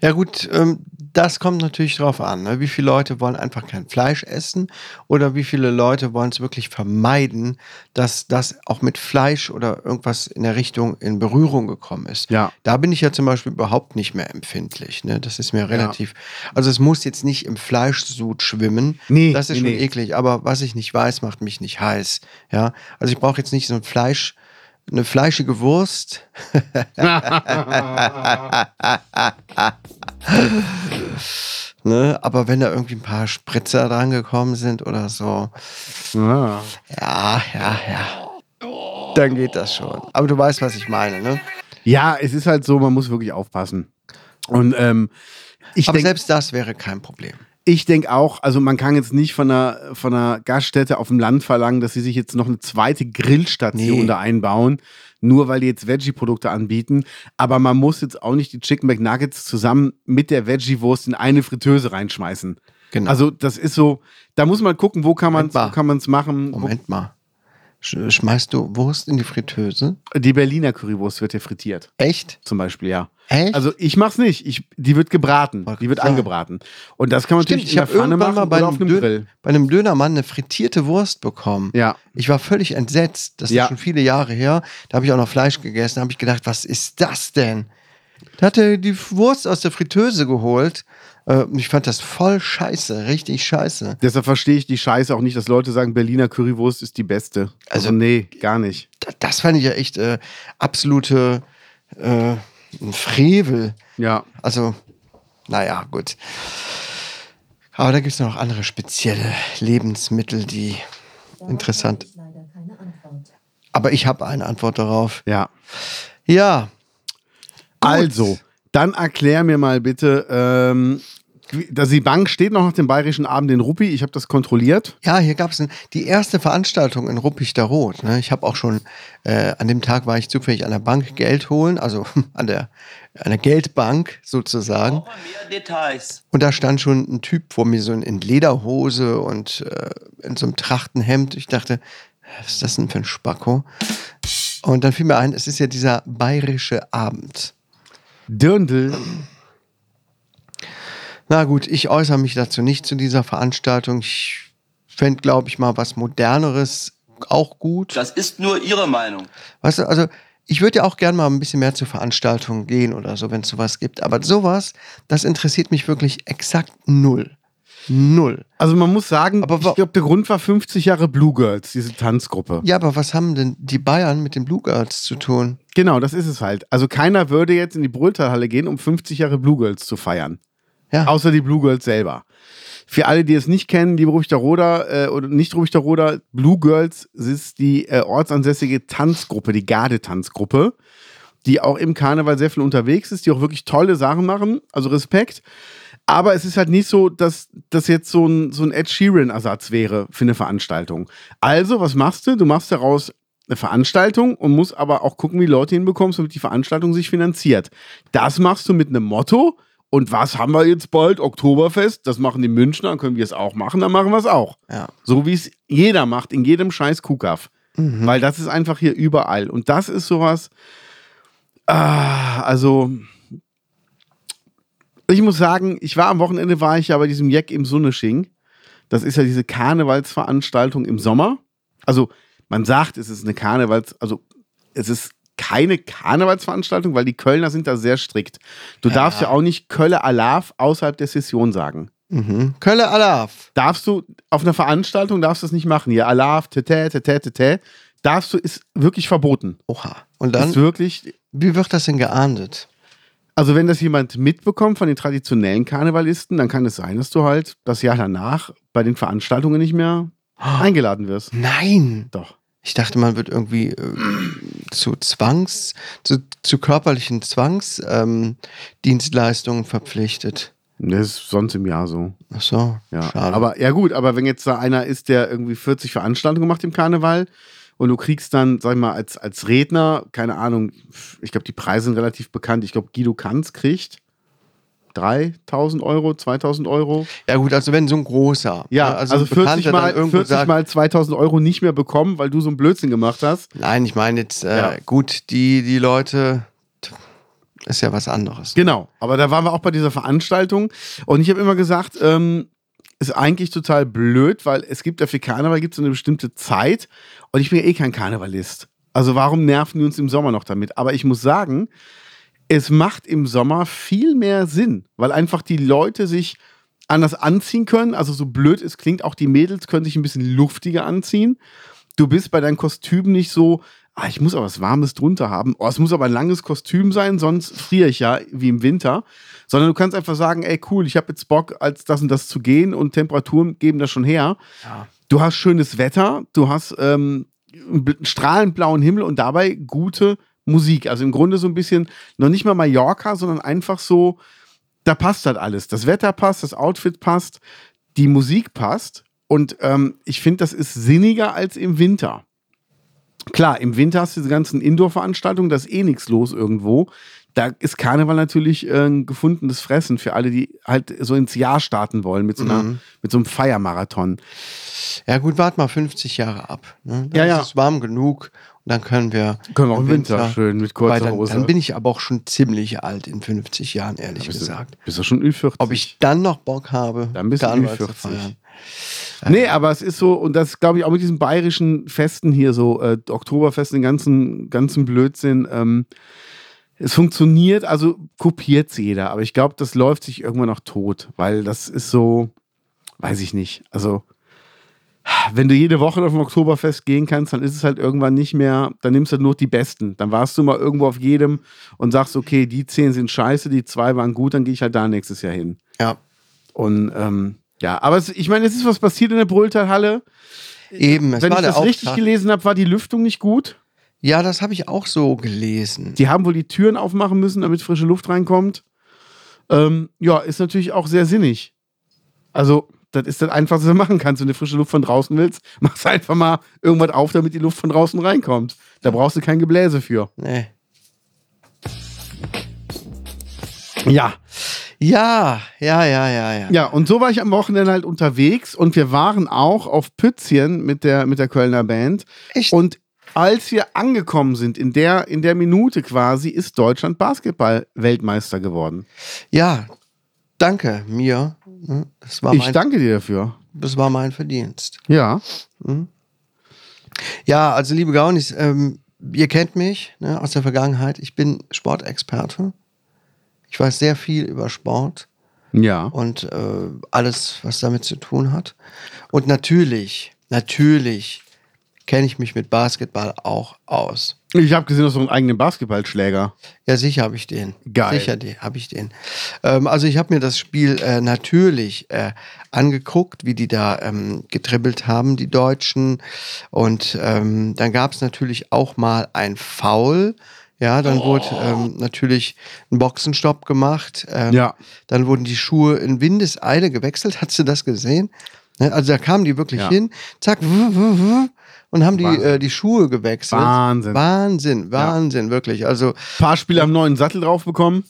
Ja, gut, ähm, das kommt natürlich drauf an. Ne? Wie viele Leute wollen einfach kein Fleisch essen oder wie viele Leute wollen es wirklich vermeiden, dass das auch mit Fleisch oder irgendwas in der Richtung in Berührung gekommen ist.
Ja.
Da bin ich ja zum Beispiel überhaupt nicht mehr empfindlich. Ne? Das ist mir relativ. Also, es muss jetzt nicht im Fleischsud schwimmen.
Nee,
Das ist
nee,
schon
nee.
eklig. Aber was ich nicht weiß, macht mich nicht heiß. Ja. Also, ich brauche jetzt nicht so ein Fleisch. eine fleischige Wurst. ne? Aber wenn da irgendwie ein paar Spritzer dran gekommen sind oder so,
Ja.
ja, ja, ja, dann geht das schon. Aber du weißt, was ich meine, ne?
ja, es ist halt so, man muss wirklich aufpassen. Und ähm, ich
Aber
denk-
selbst das wäre kein Problem.
Ich denke auch, also man kann jetzt nicht von einer, von einer Gaststätte auf dem Land verlangen, dass sie sich jetzt noch eine zweite Grillstation
Nee.
da einbauen, nur weil die jetzt Veggie-Produkte anbieten. Aber man muss jetzt auch nicht die Chicken McNuggets zusammen mit der Veggie-Wurst in eine Fritteuse reinschmeißen.
Genau.
Also das ist so, da muss man gucken, wo kann man
Moment mal.
es machen.
Moment mal. Sch- Schmeißt du Wurst in die Fritteuse?
Wo, die Berliner Currywurst wird ja frittiert,
Echt?
zum Beispiel, ja.
Echt?
Also ich mach's nicht. Ich, die wird gebraten,
Wollte
die wird
sagen.
angebraten. Und das kann man
Stimmt,
natürlich in
ich
der
habe
Pfanne machen
irgendwann mal bei
oder auf
einem,
einem Grill.
Dön bei einem Dönermann eine frittierte Wurst bekommen.
Ja.
Ich war völlig entsetzt. Das
Ja.
ist schon viele Jahre her. Da habe ich auch noch Fleisch gegessen. Da habe ich gedacht, was ist das denn? Da hat er die Wurst aus der Fritteuse geholt. Äh, und ich fand das voll scheiße, richtig scheiße.
Deshalb verstehe ich die Scheiße auch nicht, dass Leute sagen, Berliner Currywurst ist die beste. Also,
Also-
nee, gar nicht.
Da- Das fand ich ja echt äh, absolute äh, ein Frevel.
Ja.
Also, naja, gut. Aber da gibt es noch andere spezielle Lebensmittel, die interessant. Aber ich habe eine Antwort darauf.
Ja.
Ja,
Also, dann erklär mir mal bitte, ähm, wie- dass die Bank steht noch nach dem bayerischen Abend in Rupi. Ich habe das kontrolliert.
Ja, hier gab es die erste Veranstaltung in Ruppig der Rot. Ne? Ich habe auch schon, äh, an dem Tag war ich zufällig an der Bank Geld holen, also an der, an der Geldbank sozusagen.
mehr Details.
Und da stand schon ein Typ vor mir, so in, in Lederhose und äh, in so einem Trachtenhemd. Ich dachte, was ist das denn für ein Spacko? Und dann fiel mir ein, es ist ja dieser bayerische Abend.
Dirndl.
Na gut, ich äußere mich dazu nicht zu dieser Veranstaltung. Ich fände, glaube ich, mal was Moderneres auch gut.
Das ist nur Ihre Meinung.
Weißt du, also ich würde ja auch gern mal ein bisschen mehr zu Veranstaltungen gehen oder so, wenn es sowas gibt. Aber sowas, das interessiert mich wirklich exakt null. Null.
Also man muss sagen,
Aber wa-
ich glaube, der Grund war 50 Jahre Blue Girls, diese Tanzgruppe.
Ja, aber was haben denn die Bayern mit den Blue Girls zu tun?
Genau, das ist es halt. Also keiner würde jetzt in die Brülltalhalle gehen, um 50 Jahre Blue Girls zu feiern.
Ja.
Außer die Blue Girls selber. Für alle, die es nicht kennen, liebe Rubichterroda äh, oder nicht Rubichterroda, Blue Girls ist die äh, ortsansässige Tanzgruppe, die Gardetanzgruppe, die auch im Karneval sehr viel unterwegs ist, die auch wirklich tolle Sachen machen, also Respekt. Aber es ist halt nicht so, dass das jetzt so ein, so ein Ed Sheeran-Ersatz wäre für eine Veranstaltung. Also, was machst du? Du machst daraus eine Veranstaltung und musst aber auch gucken, wie Leute hinbekommst, damit die Veranstaltung sich finanziert. Das machst du mit einem Motto. Und was haben wir jetzt bald? Oktoberfest. Das machen die Münchner, dann können wir es auch machen, dann machen wir es auch.
Ja.
So wie es jeder macht, in jedem scheiß Kuhkaff. Weil das ist einfach hier überall. Und das ist sowas. Ah, also, ich muss sagen, ich war am Wochenende, war ich ja bei diesem Jack im Sunnesching. Das ist ja diese Karnevalsveranstaltung im Sommer. Also, man sagt, es ist eine Karnevals-, also, es ist keine Karnevalsveranstaltung, weil die Kölner sind da sehr strikt. Du darfst ja auch nicht Kölle Alaf außerhalb der Session sagen.
Mhm. Kölle Alaf.
Darfst du auf einer Veranstaltung darfst du es nicht machen. Hier Alaf, tete, tete, tete. Darfst du, ist wirklich verboten.
Oha. Und dann,
ist wirklich,
wie wird das denn geahndet?
Also, wenn das jemand mitbekommt von den traditionellen Karnevalisten, dann kann es sein, dass du halt das Jahr danach bei den Veranstaltungen nicht mehr eingeladen wirst.
Nein.
Doch.
Ich dachte, man wird irgendwie äh, zu Zwangs, zu, zu körperlichen Zwangsdienstleistungen ähm, Dienstleistungen verpflichtet.
Das ist sonst im Jahr so.
Ach so,
Ja.
schade.
Aber ja, gut, aber wenn jetzt da einer ist, der irgendwie 40 Veranstaltungen macht im Karneval und du kriegst dann, sag ich mal, als, als Redner, keine Ahnung, ich glaube, die Preise sind relativ bekannt. Ich glaube, Guido Kanz kriegt 3000 Euro, 2000 Euro.
ja gut, also wenn so ein großer.
Ja,
ne,
also,
ein
40,
Bekannter
mal,
dann irgendwo
40
sagt,
mal 2000 Euro nicht mehr bekommen, weil du so einen Blödsinn gemacht hast.
Nein, ich meine jetzt, äh,
Ja.
gut, die, die Leute, t- ist ja was anderes.
Genau, aber da waren wir auch bei dieser Veranstaltung und ich habe immer gesagt, ähm, ist eigentlich total blöd, weil es gibt ja für Karneval gibt es eine bestimmte Zeit und ich bin ja eh kein Karnevalist. Also warum nerven die uns im Sommer noch damit? Aber ich muss sagen, es macht im Sommer viel mehr Sinn, weil einfach die Leute sich anders anziehen können. Also so blöd es klingt, auch die Mädels können sich ein bisschen luftiger anziehen. Du bist bei deinen Kostümen nicht so ah, ich muss aber was Warmes drunter haben. Oh, es muss aber ein langes Kostüm sein, sonst friere ich ja wie im Winter. Sondern du kannst einfach sagen, ey, cool, ich habe jetzt Bock, als das und das zu gehen und Temperaturen geben das schon her. Du hast schönes Wetter, du hast ähm, einen bl- strahlend blauen Himmel und dabei gute Musik. Also im Grunde so ein bisschen, noch nicht mal Mallorca, sondern einfach so, da passt halt alles. Das Wetter passt, das Outfit passt, die Musik passt. Und ähm, ich finde, das ist sinniger als im Winter. Klar, im Winter hast du diese ganzen Indoor-Veranstaltungen, da ist eh nichts los irgendwo. Da ist Karneval natürlich äh, ein gefundenes Fressen für alle, die halt so ins Jahr starten wollen mit so, einer,
Mhm.
mit so einem Feiermarathon.
Ja, gut, wart mal 50 Jahre ab. Ne? Dann
Ja,
ist
ja.
es warm genug und dann können wir.
Können wir auch
im
im Winter, schön mit kurzer
Weil dann,
Hose.
Dann bin ich aber auch schon ziemlich alt in 50 Jahren, ehrlich
Bist du-
gesagt.
Bist du schon Ü40?
Ob ich dann noch Bock habe,
Dann bist du
Karneval zu
40.
feiern.
Nee, aber es ist so, und das glaube ich auch mit diesen bayerischen Festen hier, so äh, Oktoberfesten, den ganzen, ganzen Blödsinn. Ähm, es funktioniert, also kopiert es jeder, aber ich glaube, das läuft sich irgendwann noch tot, weil das ist so, weiß ich nicht. Also, wenn du jede Woche auf ein Oktoberfest gehen kannst, dann ist es halt irgendwann nicht mehr, dann nimmst du halt nur die Besten. Dann warst du mal irgendwo auf jedem und sagst, okay, die zehn sind scheiße, die zwei waren gut, dann gehe ich halt da nächstes Jahr hin.
Ja,
Und ähm, ja, aber es, ich meine, es ist was passiert in der Brülltalhalle.
eben. Es
Wenn
war
ich
der
das richtig
Auftrag.
gelesen habe, war die Lüftung nicht gut.
Ja, das habe ich auch so gelesen.
Die haben wohl die Türen aufmachen müssen, damit frische Luft reinkommt. Ähm, ja, ist natürlich auch sehr sinnig. Also, das ist das Einfachste, was du machen kannst. Wenn du frische Luft von draußen willst, machst einfach mal irgendwas auf, damit die Luft von draußen reinkommt. Da brauchst du kein Gebläse für.
Nee.
Ja.
Ja, ja, ja, ja, ja.
Ja, und so war ich am Wochenende halt unterwegs und wir waren auch auf Pützchen mit der, mit der Kölner Band.
Echt?
Und als wir angekommen sind, in der, in der Minute quasi, ist Deutschland Basketball-Weltmeister geworden.
Ja, danke mir. Hm, Das war,
Ich
mein,
danke dir dafür.
das war mein Verdienst.
Ja.
Ja, also liebe Gaunis, ähm, ihr kennt mich ne, aus der Vergangenheit. Ich bin Sportexperte. Ich weiß sehr viel über Sport
Ja.
und äh, alles, was damit zu tun hat. Und natürlich, natürlich kenne ich mich mit Basketball auch aus.
Ich habe gesehen, du hast so einen eigenen Basketballschläger.
Ja, sicher habe ich den.
Geil.
Sicher habe ich den. Ähm, also ich habe mir das Spiel äh, natürlich äh, angeguckt, wie die da ähm, getribbelt haben, die Deutschen. Und ähm, dann gab es natürlich auch mal ein Foul. Ja, dann
Oh.
wurde ähm, natürlich ein Boxenstopp gemacht. Ähm,
Ja.
Dann wurden die Schuhe in Windeseile gewechselt. Hast du das gesehen? Ne, Also da kamen die wirklich
Ja.
hin, zack, wuh, wuh, wuh, und haben die,
Wahnsinn.
äh, die Schuhe gewechselt.
Wahnsinn.
Wahnsinn, Wahnsinn, wirklich. Also
Ein paar Spieler haben einen neuen Sattel drauf bekommen.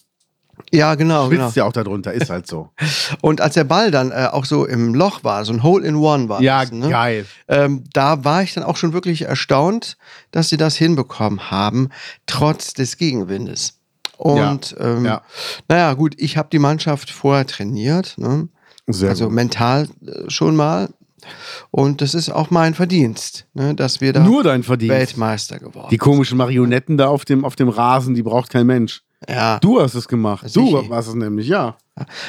ja, genau, genau.
Schwitzt ja auch darunter, ist halt so.
Und als der Ball dann äh, auch so im Loch war, so ein Hole in One war,
ja,
das, ne?
geil.
ähm, da war ich dann auch schon wirklich erstaunt, dass sie das hinbekommen haben, trotz des Gegenwindes. Und ähm,
ja.
naja, gut, ich habe die Mannschaft vorher trainiert, ne?
Sehr
also
gut.
mental äh, schon mal. Und das ist auch mein Verdienst, ne? dass wir da
Nur dein Verdienst.
Weltmeister geworden
Die komischen Marionetten da auf dem, auf dem Rasen, die braucht kein Mensch.
sind. Ja.
Du hast es gemacht.
Sichi.
Du warst es nämlich, ja.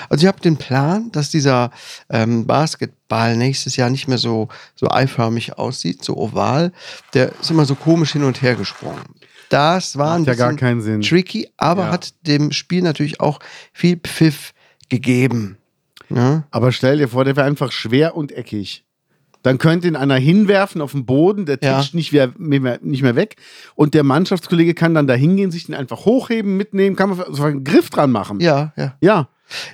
Also ich habe den Plan, dass dieser ähm, Basketball nächstes Jahr nicht mehr so, so eiförmig aussieht, so oval. Der ist immer so komisch hin und her gesprungen. Das war ein
Macht ja gar
bisschen
keinen Sinn.
tricky, aber
Ja.
hat dem Spiel natürlich auch viel Pfiff gegeben. Ja,
Aber stell dir vor, der wäre einfach schwer und eckig. Dann könnte ihn einer hinwerfen auf den Boden, der
Ja.
tischt nicht, mehr, mehr, nicht mehr weg. Und der Mannschaftskollege kann dann da hingehen, sich den einfach hochheben, mitnehmen, kann man so einen Griff dran machen.
ja, ja.
Ja.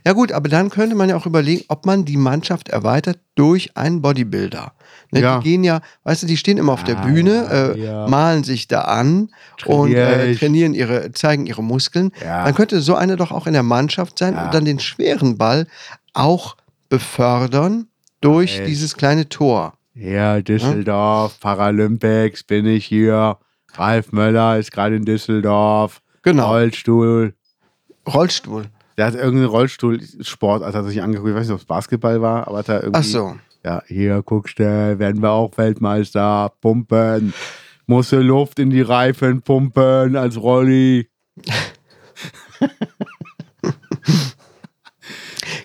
Ja gut, aber dann könnte man ja auch überlegen, ob man die Mannschaft erweitert durch einen Bodybuilder. Ne,
Ja.
Die gehen ja, weißt du, die stehen immer auf der
Ah,
Bühne, äh,
ja.
malen sich da an und
Trainier
äh,
ich.
trainieren ihre, zeigen ihre Muskeln.
Ja.
Dann könnte so einer doch auch in der Mannschaft sein
Ja.
und dann den schweren Ball auch befördern durch
Ey.
dieses kleine Tor.
Ja, Düsseldorf, Paralympics bin ich hier. Ralf Möller ist gerade in Düsseldorf.
Genau.
Rollstuhl.
Rollstuhl.
Der hat irgendeinen Rollstuhlsport, als er sich angeguckt, ich weiß nicht, ob es Basketball war, aber hat er irgendwie.
Ach so.
Ja, hier guckst du, werden wir auch Weltmeister. Pumpen. Musst du Luft in die Reifen pumpen als Rolli.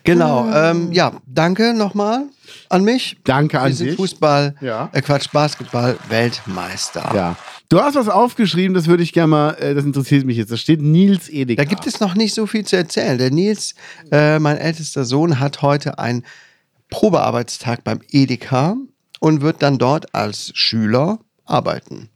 Genau. Ähm, ja, danke nochmal. an mich.
Danke an
Wir sind
dich.
Fußball,
Ja.
äh Quatsch, Basketball, Weltmeister.
Ja. Du hast was aufgeschrieben, das würde ich gerne mal, äh, das interessiert mich jetzt. Da steht Nils Edeka.
Da gibt es noch nicht so viel zu erzählen. Der Nils, äh, mein ältester Sohn, hat heute einen Probearbeitstag beim Edeka und wird dann dort als Schüler arbeiten.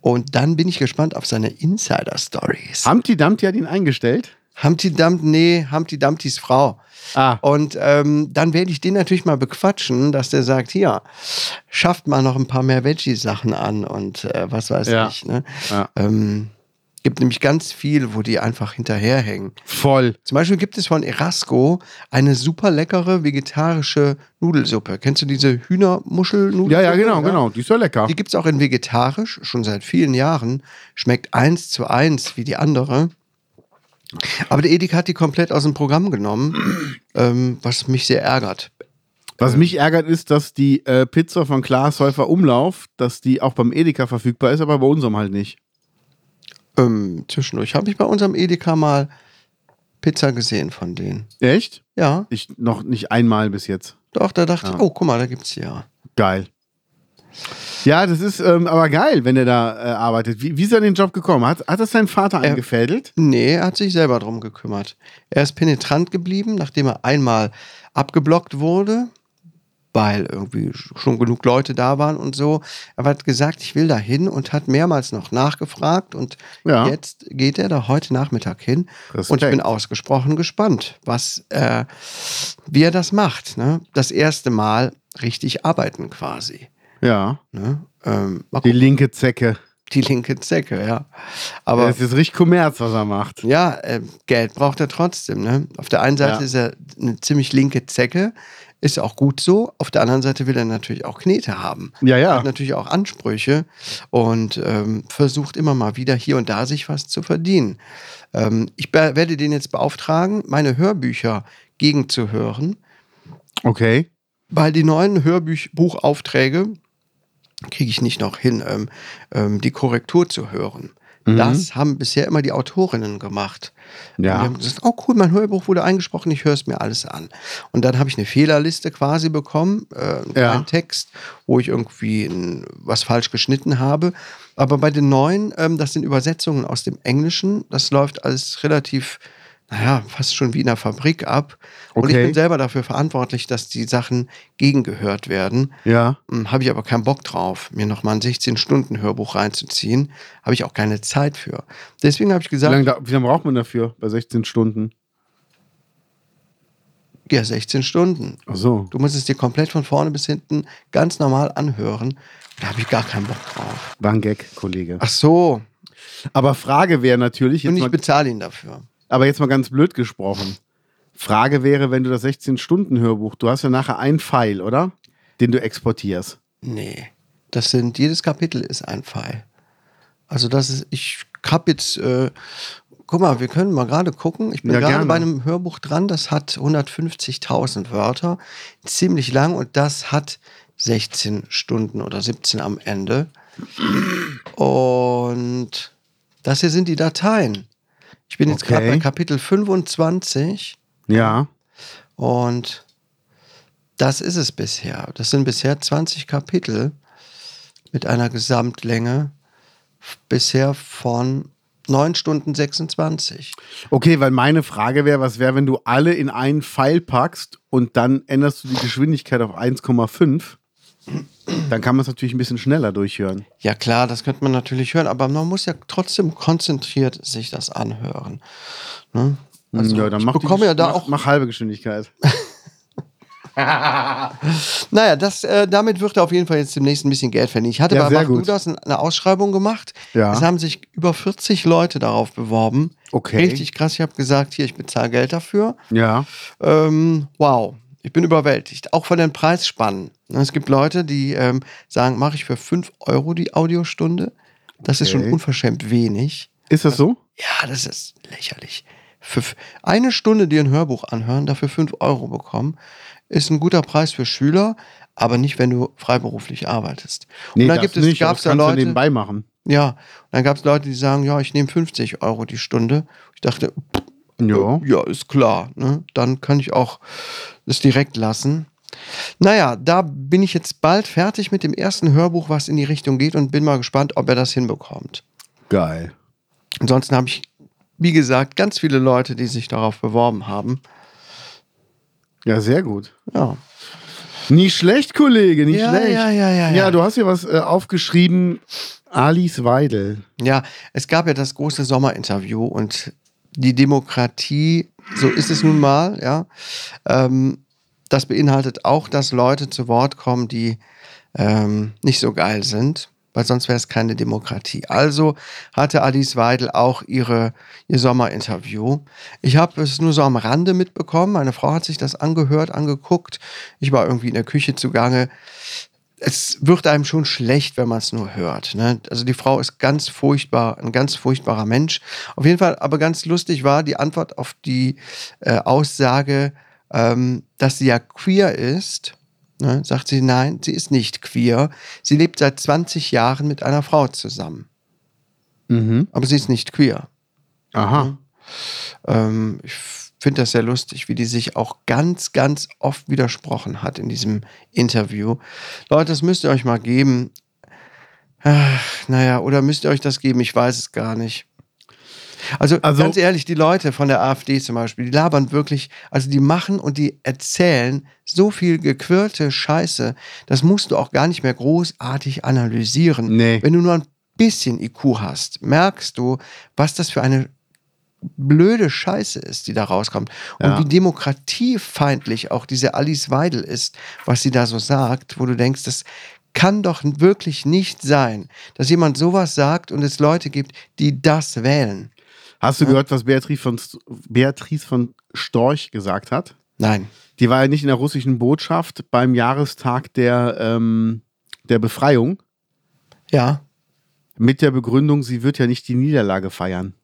Und dann bin ich gespannt auf seine Insider-Stories.
Humpty Dumpty hat ihn eingestellt.
Humpty Dumpty, nee, Humpty Dumptys Frau.
Ah.
Und ähm, dann werde ich den natürlich mal bequatschen, dass der sagt, hier, schafft mal noch ein paar mehr Veggie-Sachen an und äh, was weiß
Ja.
ich. Ne?
Ja.
Ähm, gibt nämlich ganz viel, wo die einfach hinterherhängen.
Voll.
Zum Beispiel gibt es von Erasco eine super leckere vegetarische Nudelsuppe. Kennst du diese Hühnermuschelnudelsuppe?
Ja, ja, genau, genau. Die ist ja lecker.
Die gibt es auch in vegetarisch, schon seit vielen Jahren. Schmeckt eins zu eins wie die andere. Aber der Edeka hat die komplett aus dem Programm genommen, ähm, was mich sehr ärgert.
Was mich ärgert ist, dass die äh, Pizza von Klaas Häufer Umlauf, dass die auch beim Edeka verfügbar ist, aber bei unserem halt nicht.
Ähm, zwischendurch habe ich bei unserem Edeka mal Pizza gesehen von denen.
Echt?
Ja,
Ich noch nicht einmal bis jetzt.
doch, da dachte
Ja.
ich, oh, guck mal, da gibt es die ja.
Geil. Ja, das ist ähm, aber geil, wenn er da äh, arbeitet. Wie, wie ist er in den Job gekommen? Hat, hat das sein Vater eingefädelt?
Nee, er hat sich selber drum gekümmert. Er ist penetrant geblieben, nachdem er einmal abgeblockt wurde, weil irgendwie schon genug Leute da waren und so. Er hat gesagt, ich will da hin und hat mehrmals noch nachgefragt und
Ja.
jetzt geht er da heute Nachmittag hin und ich
Respekt.
bin ausgesprochen gespannt, was, äh, wie er das macht. Ne? Das erste Mal richtig arbeiten quasi.
Ja.
Ne? Ähm, mal
Die
gucken,
linke Zecke.
die linke Zecke, ja. Aber
Das ist richtig Kommerz, was er macht.
ja, äh, Geld braucht er trotzdem. Ne? Auf der einen Seite
Ja.
ist er eine ziemlich linke Zecke, ist auch gut so. Auf der anderen Seite will er natürlich auch Knete haben.
Ja, ja.
Hat natürlich auch Ansprüche und ähm, versucht immer mal wieder hier und da sich was zu verdienen. Ähm, ich be- werde den jetzt beauftragen, meine Hörbücher gegenzuhören,
Okay.
weil die neuen Hörbuchaufträge kriege ich nicht noch hin, ähm, ähm, die Korrektur zu hören.
Mhm.
Das haben bisher immer die Autorinnen gemacht. Und die
Ja.
haben gesagt, oh cool, mein Hörbuch wurde eingesprochen, ich höre es mir alles an. Und dann habe ich eine Fehlerliste quasi bekommen, äh, einen
Ja.
kleinen Text, wo ich irgendwie ein, was falsch geschnitten habe. Aber bei den neuen, ähm, das sind Übersetzungen aus dem Englischen, das läuft alles relativ, naja, fast schon wie in der Fabrik ab. Und ich
Okay.
bin selber dafür verantwortlich, dass die Sachen gegengehört werden.
Ja.
Hm, Habe ich aber keinen Bock drauf, mir nochmal ein 16-Stunden-Hörbuch reinzuziehen. Habe ich auch keine Zeit für. Deswegen habe ich
Wie
gesagt,
lange, da, wie lange braucht man dafür bei 16 Stunden?
ja, 16 Stunden.
Ach so.
Du musst es dir komplett von vorne bis hinten ganz normal anhören. Da habe ich gar keinen Bock drauf.
War ein Gag, Kollege.
Ach so.
Aber Frage wäre natürlich,
Und
jetzt
ich
mal,
bezahle ihn dafür.
aber jetzt mal ganz blöd gesprochen. Frage wäre, wenn du das 16-Stunden-Hörbuch, du hast ja nachher einen Pfeil, oder? Den du exportierst.
Nee. Das sind, jedes Kapitel ist ein Pfeil. Also das ist, ich habe jetzt, äh, guck mal, wir können mal gerade gucken. Ich bin
Ja,
gerade
gerne.
bei einem Hörbuch dran, das hat 150.000 Wörter, ziemlich lang und das hat 16 Stunden oder 17 am Ende. Und das hier sind die Dateien. Ich bin jetzt gerade
Okay.
bei Kapitel 25.
Ja.
Und das ist es bisher. Das sind bisher 20 Kapitel mit einer Gesamtlänge f- bisher von 9 Stunden 26.
Okay, weil meine Frage wäre, was wäre, wenn du alle in einen Pfeil packst und dann änderst du die Geschwindigkeit auf 1,5? Dann kann man es natürlich ein bisschen schneller durchhören.
Ja klar, das könnte man natürlich hören, aber man muss ja trotzdem konzentriert sich das anhören. Ne?
Hm, ja, dann
ich
mach die
bekomme ja da
mach,
auch-
Mach halbe Geschwindigkeit.
Naja, das, äh, damit wird er auf jeden Fall jetzt demnächst ein bisschen Geld verdienen. Ich hatte
Ja,
bei
sehr
Mach du
gut.
das eine Ausschreibung gemacht.
Ja.
Es haben sich über 40 Leute darauf beworben.
Okay.
Richtig krass. Ich habe gesagt, hier, ich bezahle Geld dafür.
Ja.
Ähm, wow, ich bin überwältigt. Auch von den Preisspannen. Ne, Es gibt Leute, die ähm, sagen, mache ich für 5 Euro die Audiostunde. Das ist schon
Okay.
unverschämt wenig.
Ist das so?
Ja, das ist lächerlich. Für f- eine Stunde dir ein Hörbuch anhören, dafür 5 Euro bekommen, ist ein guter Preis für Schüler, aber nicht, wenn du freiberuflich arbeitest. und dann
das
gibt es,
nicht, aber
gab's
das
da
kannst du
Leute,
nebenbei machen.
ja, und dann gab es Leute, die sagen, ja, ich nehme 50 Euro die Stunde. Ich dachte, äh,
Ja.
ja, ist klar. Ne? Dann kann ich auch es direkt lassen. Naja, da bin ich jetzt bald fertig mit dem ersten Hörbuch, was in die Richtung geht und bin mal gespannt, ob er das hinbekommt.
Geil.
Ansonsten habe ich, wie gesagt, ganz viele Leute, die sich darauf beworben haben.
Ja, sehr gut.
Ja.
Nicht schlecht, Kollege, nicht
Ja,
schlecht.
ja, ja, ja, ja.
Ja, du hast hier was äh, aufgeschrieben. Alice Weidel.
Ja, es gab ja das große Sommerinterview und die Demokratie, so ist es nun mal, ja. Ähm, das beinhaltet auch, dass Leute zu Wort kommen, die ähm, nicht so geil sind, weil sonst wäre es keine Demokratie. Also hatte Alice Weidel auch ihre, ihr Sommerinterview. Ich habe es nur so am Rande mitbekommen. Meine Frau hat sich das angehört, angeguckt. Ich war irgendwie in der Küche zugange es wird einem schon schlecht, wenn man es nur hört. Ne? Also die Frau ist ganz furchtbar, ein ganz furchtbarer Mensch. Auf jeden Fall, aber ganz lustig war die Antwort auf die äh, Aussage, ähm, dass sie ja queer ist. Ne? Sagt sie, nein, sie ist nicht queer. Sie lebt seit 20 Jahren mit einer Frau zusammen.
Mhm.
Aber sie ist nicht queer. Mhm.
Aha.
Ähm, ich finde das sehr lustig, wie die sich auch ganz, ganz oft widersprochen hat in diesem Interview. Leute, das müsst ihr euch mal geben. Ach, naja, oder müsst ihr euch das geben? Ich weiß es gar nicht. Also,
Also-
ganz ehrlich, die Leute von der AfD zum Beispiel, die labern wirklich, also die machen und die erzählen so viel gequirlte Scheiße, das musst du auch gar nicht mehr großartig analysieren.
Nee.
Wenn du nur ein bisschen IQ hast, merkst du, was das für eine blöde Scheiße ist, die da rauskommt. Und
Ja.
wie demokratiefeindlich auch diese Alice Weidel ist, was sie da so sagt, wo du denkst, das kann doch wirklich nicht sein, dass jemand sowas sagt und es Leute gibt, die das wählen.
Hast du gehört, was Beatrice von, St- Beatrice von Storch gesagt hat?
Nein.
Die war ja nicht in der russischen Botschaft beim Jahrestag der, ähm, der Befreiung.
Ja.
Mit der Begründung, sie wird ja nicht die Niederlage feiern.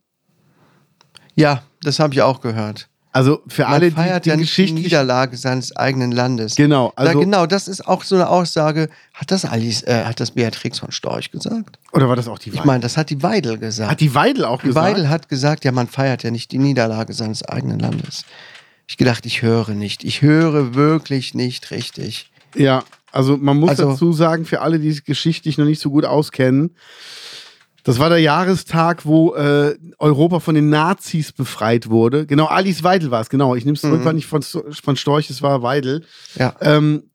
Ja, das habe ich auch gehört.
Also für
Man
alle, die,
feiert
die
ja nicht die
geschichtlich
Niederlage seines eigenen Landes.
Genau, also-
da, genau, das ist auch so eine Aussage. Hat das Alice, äh, hat das Beatrix von Storch gesagt?
Oder war das auch die Weidel?
Ich meine, das hat die Weidel gesagt.
Hat die Weidel auch gesagt?
Weidel hat gesagt, ja, man feiert ja nicht die Niederlage seines eigenen Landes. Ich gedacht, ich höre nicht. Ich höre wirklich nicht richtig.
Ja, also man muss
Also-
dazu sagen, für alle, die es geschichtlich noch nicht so gut auskennen, das war der Jahrestag, wo äh, Europa von den Nazis befreit wurde. Genau, Alice Weidel war es, genau. Ich nehme es
Mhm.
zurück, war nicht von, Sto- von Storch, es war Weidel.
Ja.
Ähm,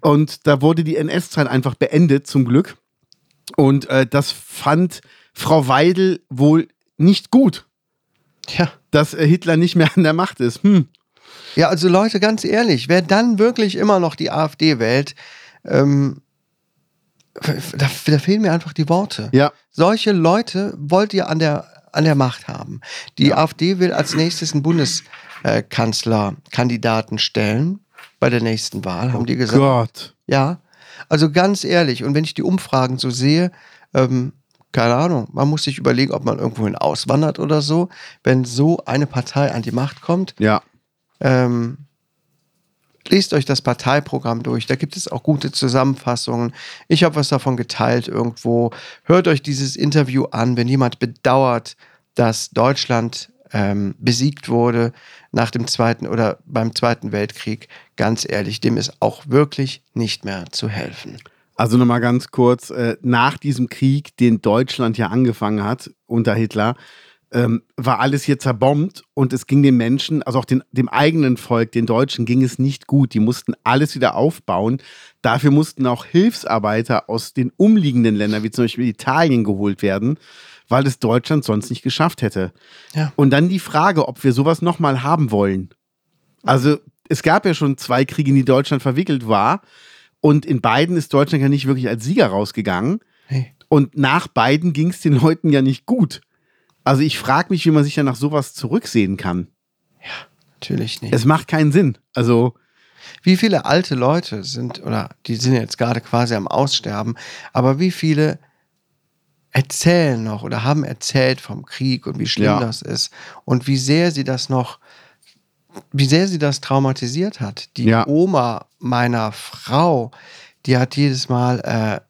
und da wurde die NS-Zeit einfach beendet, zum Glück. Und äh, das fand Frau Weidel wohl nicht gut,
Ja.
dass äh, Hitler nicht mehr an der Macht ist. Hm.
Ja, also Leute, ganz ehrlich, wer dann wirklich immer noch die AfD wählt, ähm, da, da fehlen mir einfach die Worte.
Ja,
Solche Leute wollt ihr an der, an der Macht haben. Die AfD will als nächstes einen Bundeskanzlerkandidaten stellen bei der nächsten Wahl, haben die gesagt.
Gott.
Ja, also ganz ehrlich, und wenn ich die Umfragen so sehe, ähm, keine Ahnung, man muss sich überlegen, ob man irgendwohin auswandert oder so, wenn so eine Partei an die Macht kommt.
Ja.
Ähm, lest euch das Parteiprogramm durch, da gibt es auch gute Zusammenfassungen. Ich habe was davon geteilt irgendwo. Hört euch dieses Interview an, wenn jemand bedauert, dass Deutschland ähm, besiegt wurde nach dem Zweiten oder beim Zweiten Weltkrieg. Ganz ehrlich, dem ist auch wirklich nicht mehr zu helfen.
Also nochmal ganz kurz, äh, nach diesem Krieg, den Deutschland ja angefangen hat unter Hitler, ähm, war alles hier zerbombt und es ging den Menschen, also auch den, dem eigenen Volk, den Deutschen, ging es nicht gut. Die mussten alles wieder aufbauen. Dafür mussten auch Hilfsarbeiter aus den umliegenden Ländern, wie zum Beispiel Italien, geholt werden, weil es Deutschland sonst nicht geschafft hätte.
Ja.
Und dann die Frage, ob wir sowas nochmal haben wollen. Also es gab ja schon zwei Kriege, in die Deutschland verwickelt war. Und in beiden ist Deutschland ja nicht wirklich als Sieger rausgegangen.
Nee.
Und nach beiden ging es den Leuten ja nicht gut. Also ich frage mich, wie man sich ja nach sowas zurücksehen kann.
Natürlich nicht.
Es macht keinen Sinn. Also
Wie viele alte Leute sind, oder die sind jetzt gerade quasi am Aussterben, aber wie viele erzählen noch oder haben erzählt vom Krieg und wie schlimm
Ja.
das ist und wie sehr sie das noch, wie sehr sie das traumatisiert hat. Die
Ja.
Oma meiner Frau, die hat jedes Mal äh,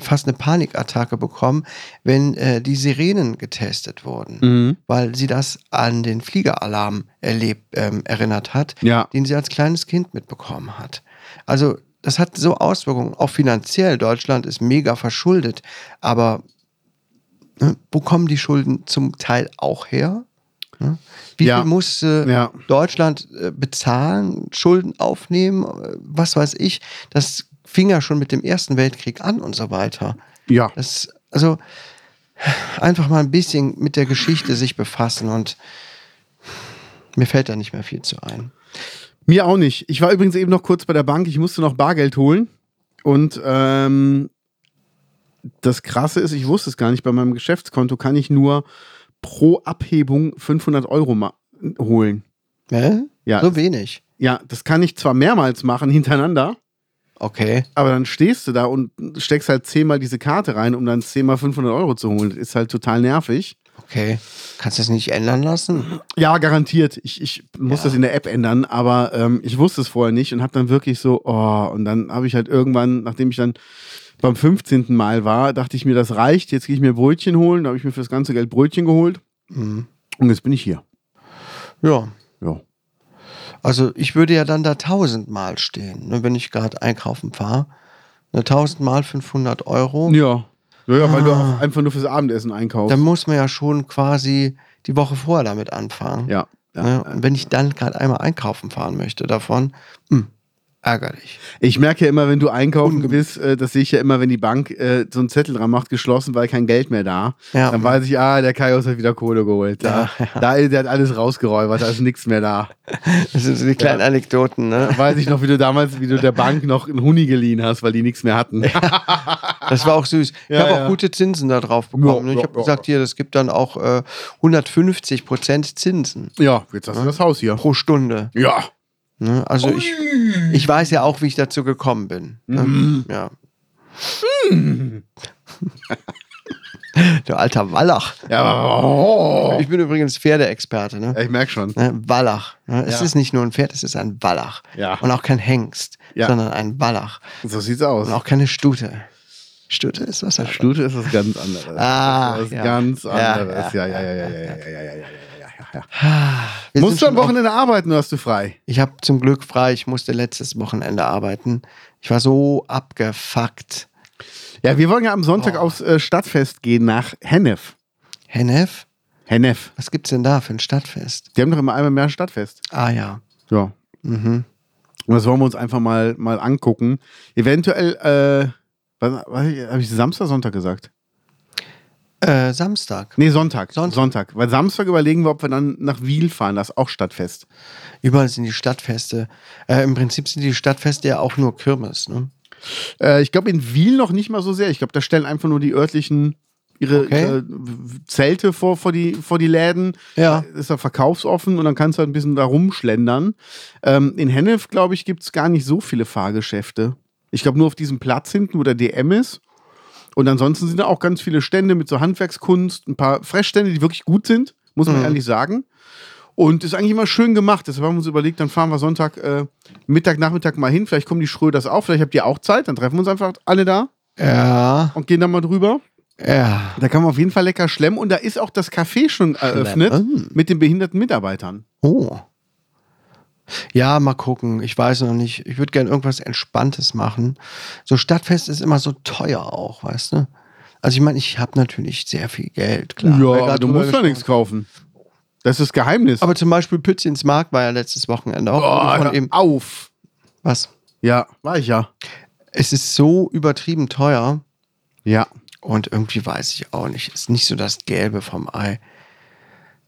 fast eine Panikattacke bekommen, wenn äh, die Sirenen getestet wurden,
Mhm.
weil sie das an den Fliegeralarm erlebt, ähm, erinnert hat,
Ja.
den sie als kleines Kind mitbekommen hat. Also das hat so Auswirkungen, auch finanziell. Deutschland ist mega verschuldet, aber ne, wo kommen die Schulden zum Teil auch her? Ne? Wie
Ja.
viel äh, musste
Ja.
Deutschland äh, bezahlen, Schulden aufnehmen, äh, was weiß ich? Das fing ja schon mit dem Ersten Weltkrieg an und so weiter.
Ja.
Das, also einfach mal ein bisschen mit der Geschichte sich befassen und mir fällt da nicht mehr viel zu ein.
Mir auch nicht. Ich war übrigens eben noch kurz bei der Bank. Ich musste noch Bargeld holen. Und ähm, das Krasse ist, ich wusste es gar nicht, bei meinem Geschäftskonto kann ich nur pro Abhebung 500 Euro ma- holen.
Hä?
Ja,
So wenig.
ja, das kann ich zwar mehrmals machen hintereinander,
Okay.
aber dann stehst du da und steckst halt zehnmal diese Karte rein, um dann zehnmal 500 Euro zu holen. Das ist halt total nervig.
Okay. Kannst du das nicht ändern lassen?
Ja, garantiert. Ich, ich muss
Ja.
das in der App ändern, aber ähm, ich wusste es vorher nicht und habe dann wirklich so, oh, und dann habe ich halt irgendwann, nachdem ich dann beim 15. Mal war, dachte ich mir, das reicht, jetzt gehe ich mir Brötchen holen. Da habe ich mir für das ganze Geld Brötchen geholt
Mhm.
und jetzt bin ich hier.
Ja.
Ja.
Also ich würde ja dann da tausendmal stehen, ne, wenn ich gerade einkaufen fahre. Ne, tausendmal 500 Euro.
Ja. Ja, ja weil du
Ah.
auch einfach nur fürs Abendessen einkaufst.
Dann muss man ja schon quasi die Woche vorher damit anfangen.
ja.
Ne? Und wenn ich dann gerade einmal einkaufen fahren möchte davon, mh, ärgerlich.
Ich merke ja immer, wenn du einkaufen
Unge-
bist, äh, das sehe ich ja immer, wenn die Bank äh, so einen Zettel dran macht, geschlossen, weil kein Geld mehr da.
Ja.
Dann weiß ich, ah, der Kaios hat wieder Kohle geholt. Da, da, der hat alles rausgeräubert, da ist nichts mehr da.
Das sind so die kleinen Anekdoten, ne?
Da weiß ich noch, wie du damals, wie du der Bank noch einen Huni geliehen hast, weil die nichts mehr hatten.
Das war auch süß. Ich
Ja,
habe auch
ja.
gute Zinsen da drauf bekommen.
Ja,
ne? ich
ja,
habe
ja,
gesagt, hier, das gibt dann auch äh, 150 Prozent Zinsen
Ja, jetzt hast du das Haus hier.
pro Stunde.
Ja.
Ne? Also ich, ich weiß ja auch, wie ich dazu gekommen bin. Ne? Ja. Hm. du alter Wallach.
Ja, aber- oh.
Ich bin übrigens Pferdeexperte. Ne?
ja ich merke schon.
Ne? Wallach. Ne? Es
Ja.
ist nicht nur ein Pferd, es ist ein Wallach.
Ja.
Und auch kein Hengst,
Ja.
sondern ein Wallach.
So sieht's aus.
Und auch keine Stute. Stute ist was anderes.
Stute ist was ganz anderes. das
Ah,
ist was
ja.
ganz
Ja,
anderes.
ja,
Ja, ja, ja, ja, ja, ja, ja, ja, ja, ja, ja, ja.
Wir sind
Musst du
schon
am Wochenende arbeiten oder hast du frei?
Ich habe zum Glück frei. Ich musste letztes Wochenende arbeiten. Ich war so abgefuckt.
Ja, wir wollen ja am Sonntag aufs äh, Stadtfest gehen nach Hennef.
Hennef,
Hennef.
was gibt's denn da für ein Stadtfest?
Die haben doch immer einmal mehr ein Stadtfest.
Ah ja.
Ja.
Mhm.
Und das wollen wir uns einfach mal, mal angucken. Eventuell, äh, was, was habe ich Samstag, Sonntag gesagt?
Äh, Samstag.
Nee, Sonntag.
Sonntag.
Sonntag. Weil Samstag überlegen wir, ob wir dann nach Wiel fahren, das ist auch Stadtfest.
Überall sind die Stadtfeste. Äh, Im Prinzip sind die Stadtfeste ja auch nur Kirmes. Ne?
Äh, ich glaube, in Wiel noch nicht mal so sehr. Ich glaube, da stellen einfach nur die örtlichen ihre,
Okay.
ihre w- Zelte vor, vor, die, vor die Läden.
Ja.
Da Ist da verkaufsoffen und dann kannst du halt ein bisschen da rumschlendern. Ähm, in Hennef, glaube ich, gibt es gar nicht so viele Fahrgeschäfte. Ich glaube, nur auf diesem Platz hinten, wo der DM ist. Und ansonsten sind da auch ganz viele Stände mit so Handwerkskunst, ein paar Fressstände, die wirklich gut sind, muss man ehrlich sagen. Und ist eigentlich immer schön gemacht. Deshalb haben wir uns überlegt, dann fahren wir Sonntag, äh, Mittag, Nachmittag mal hin. Vielleicht kommen die Schröders auch, vielleicht habt ihr auch Zeit. Dann treffen wir uns einfach alle da
Ja.
und gehen da mal drüber.
Ja.
Da kann man auf jeden Fall lecker schlemmen. Und da ist auch das Café schon eröffnet
Schlemmen.
mit den behinderten Mitarbeitern.
Oh. Ja, mal gucken. Ich weiß noch nicht. Ich würde gerne irgendwas Entspanntes machen. So Stadtfest ist immer so teuer auch, weißt du? Also ich meine, ich habe natürlich sehr viel Geld, klar. Weil
aber
grad
du
drüber
musst ja
gesprochen.
nichts kaufen. Das ist Geheimnis.
Aber zum Beispiel Pützchens Markt war ja letztes Wochenende auch.
Boah,
von
hör
eben,
auf.
was?
Ja, war ich ja.
Es ist so übertrieben teuer
Ja.
und irgendwie weiß ich auch nicht. Ist nicht so das Gelbe vom Ei.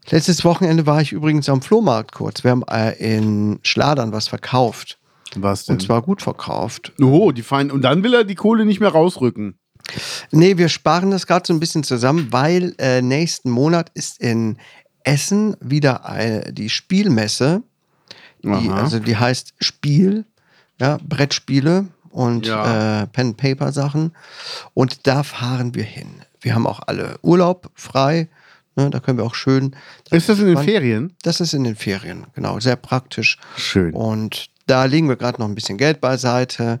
Letztes Wochenende war ich übrigens am Flohmarkt kurz. Wir haben äh, in Schladern was verkauft.
Was denn?
Und zwar gut verkauft.
oh, die feinen. Und dann will er die Kohle nicht mehr rausrücken.
Nee, wir sparen das gerade so ein bisschen zusammen, weil äh, nächsten Monat ist in Essen wieder äh, die Spielmesse. Die,
Aha.
also die heißt Spiel, ja, Brettspiele und
Ja.
äh, Pen and Paper Sachen. Und da fahren wir hin. Wir haben auch alle Urlaub frei. Ne, da können wir auch schön.
ist das in den
Wann-
Ferien?
Das ist in den Ferien, genau, sehr praktisch.
Schön.
Und da legen wir gerade noch ein bisschen Geld beiseite.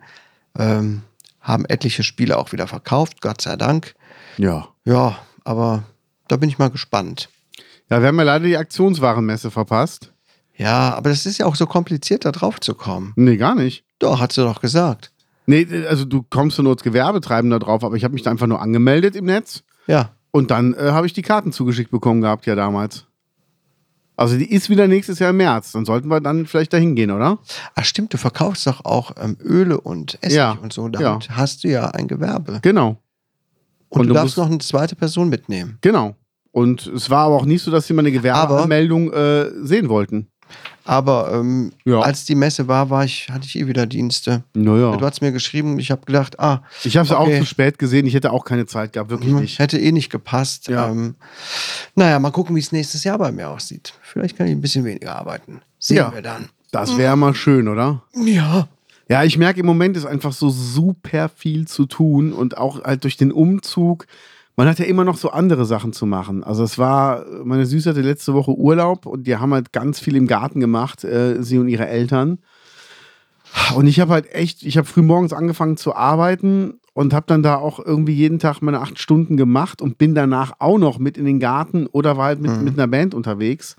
Ähm, haben etliche Spiele auch wieder verkauft, Gott sei Dank.
Ja.
Ja, aber da bin ich mal gespannt.
Ja, wir haben ja leider die Aktionswarenmesse verpasst.
Ja, aber das ist ja auch so kompliziert, da drauf zu kommen.
Nee, gar nicht.
Doch, hat sie doch gesagt.
Nee, also du kommst ja nur als Gewerbetreibender drauf, aber ich habe mich da einfach nur angemeldet im Netz
Ja,
und dann äh, habe ich die Karten zugeschickt bekommen gehabt, ja damals. Also die ist wieder nächstes Jahr im März. Dann sollten wir dann vielleicht dahin gehen, oder?
Ach stimmt, du verkaufst doch auch ähm, Öle und Essig
Ja,
und so. Damit hast du ja ein Gewerbe.
Genau.
Und,
Und
du
du musst-
darfst noch eine zweite Person mitnehmen.
Genau. Und es war aber auch nicht so, dass sie meine Gewerbeanmeldung äh, sehen wollten.
Aber ähm,
Ja.
als die Messe war, war ich, hatte ich eh wieder Dienste. Du
Naja.
hast mir geschrieben, ich habe gedacht, ah,
Ich habe es
Okay.
auch zu spät gesehen. Ich hätte auch keine Zeit gehabt, wirklich
hm,
nicht.
hätte eh nicht gepasst.
Ja.
Ähm, naja, mal gucken, wie es nächstes Jahr bei mir aussieht. Vielleicht kann ich ein bisschen weniger arbeiten. Sehen
Ja.
wir dann.
Das wäre mal schön, oder?
Ja.
Ja, ich merke, im Moment ist einfach so super viel zu tun und auch halt durch den Umzug. Man hat ja immer noch so andere Sachen zu machen. Also es war, meine Süße hatte letzte Woche Urlaub und die haben halt ganz viel im Garten gemacht, äh, sie und ihre Eltern. Und ich habe halt echt, ich habe früh morgens angefangen zu arbeiten und habe dann da auch irgendwie jeden Tag meine acht Stunden gemacht und bin danach auch noch mit in den Garten oder war halt mit, mit einer Band unterwegs.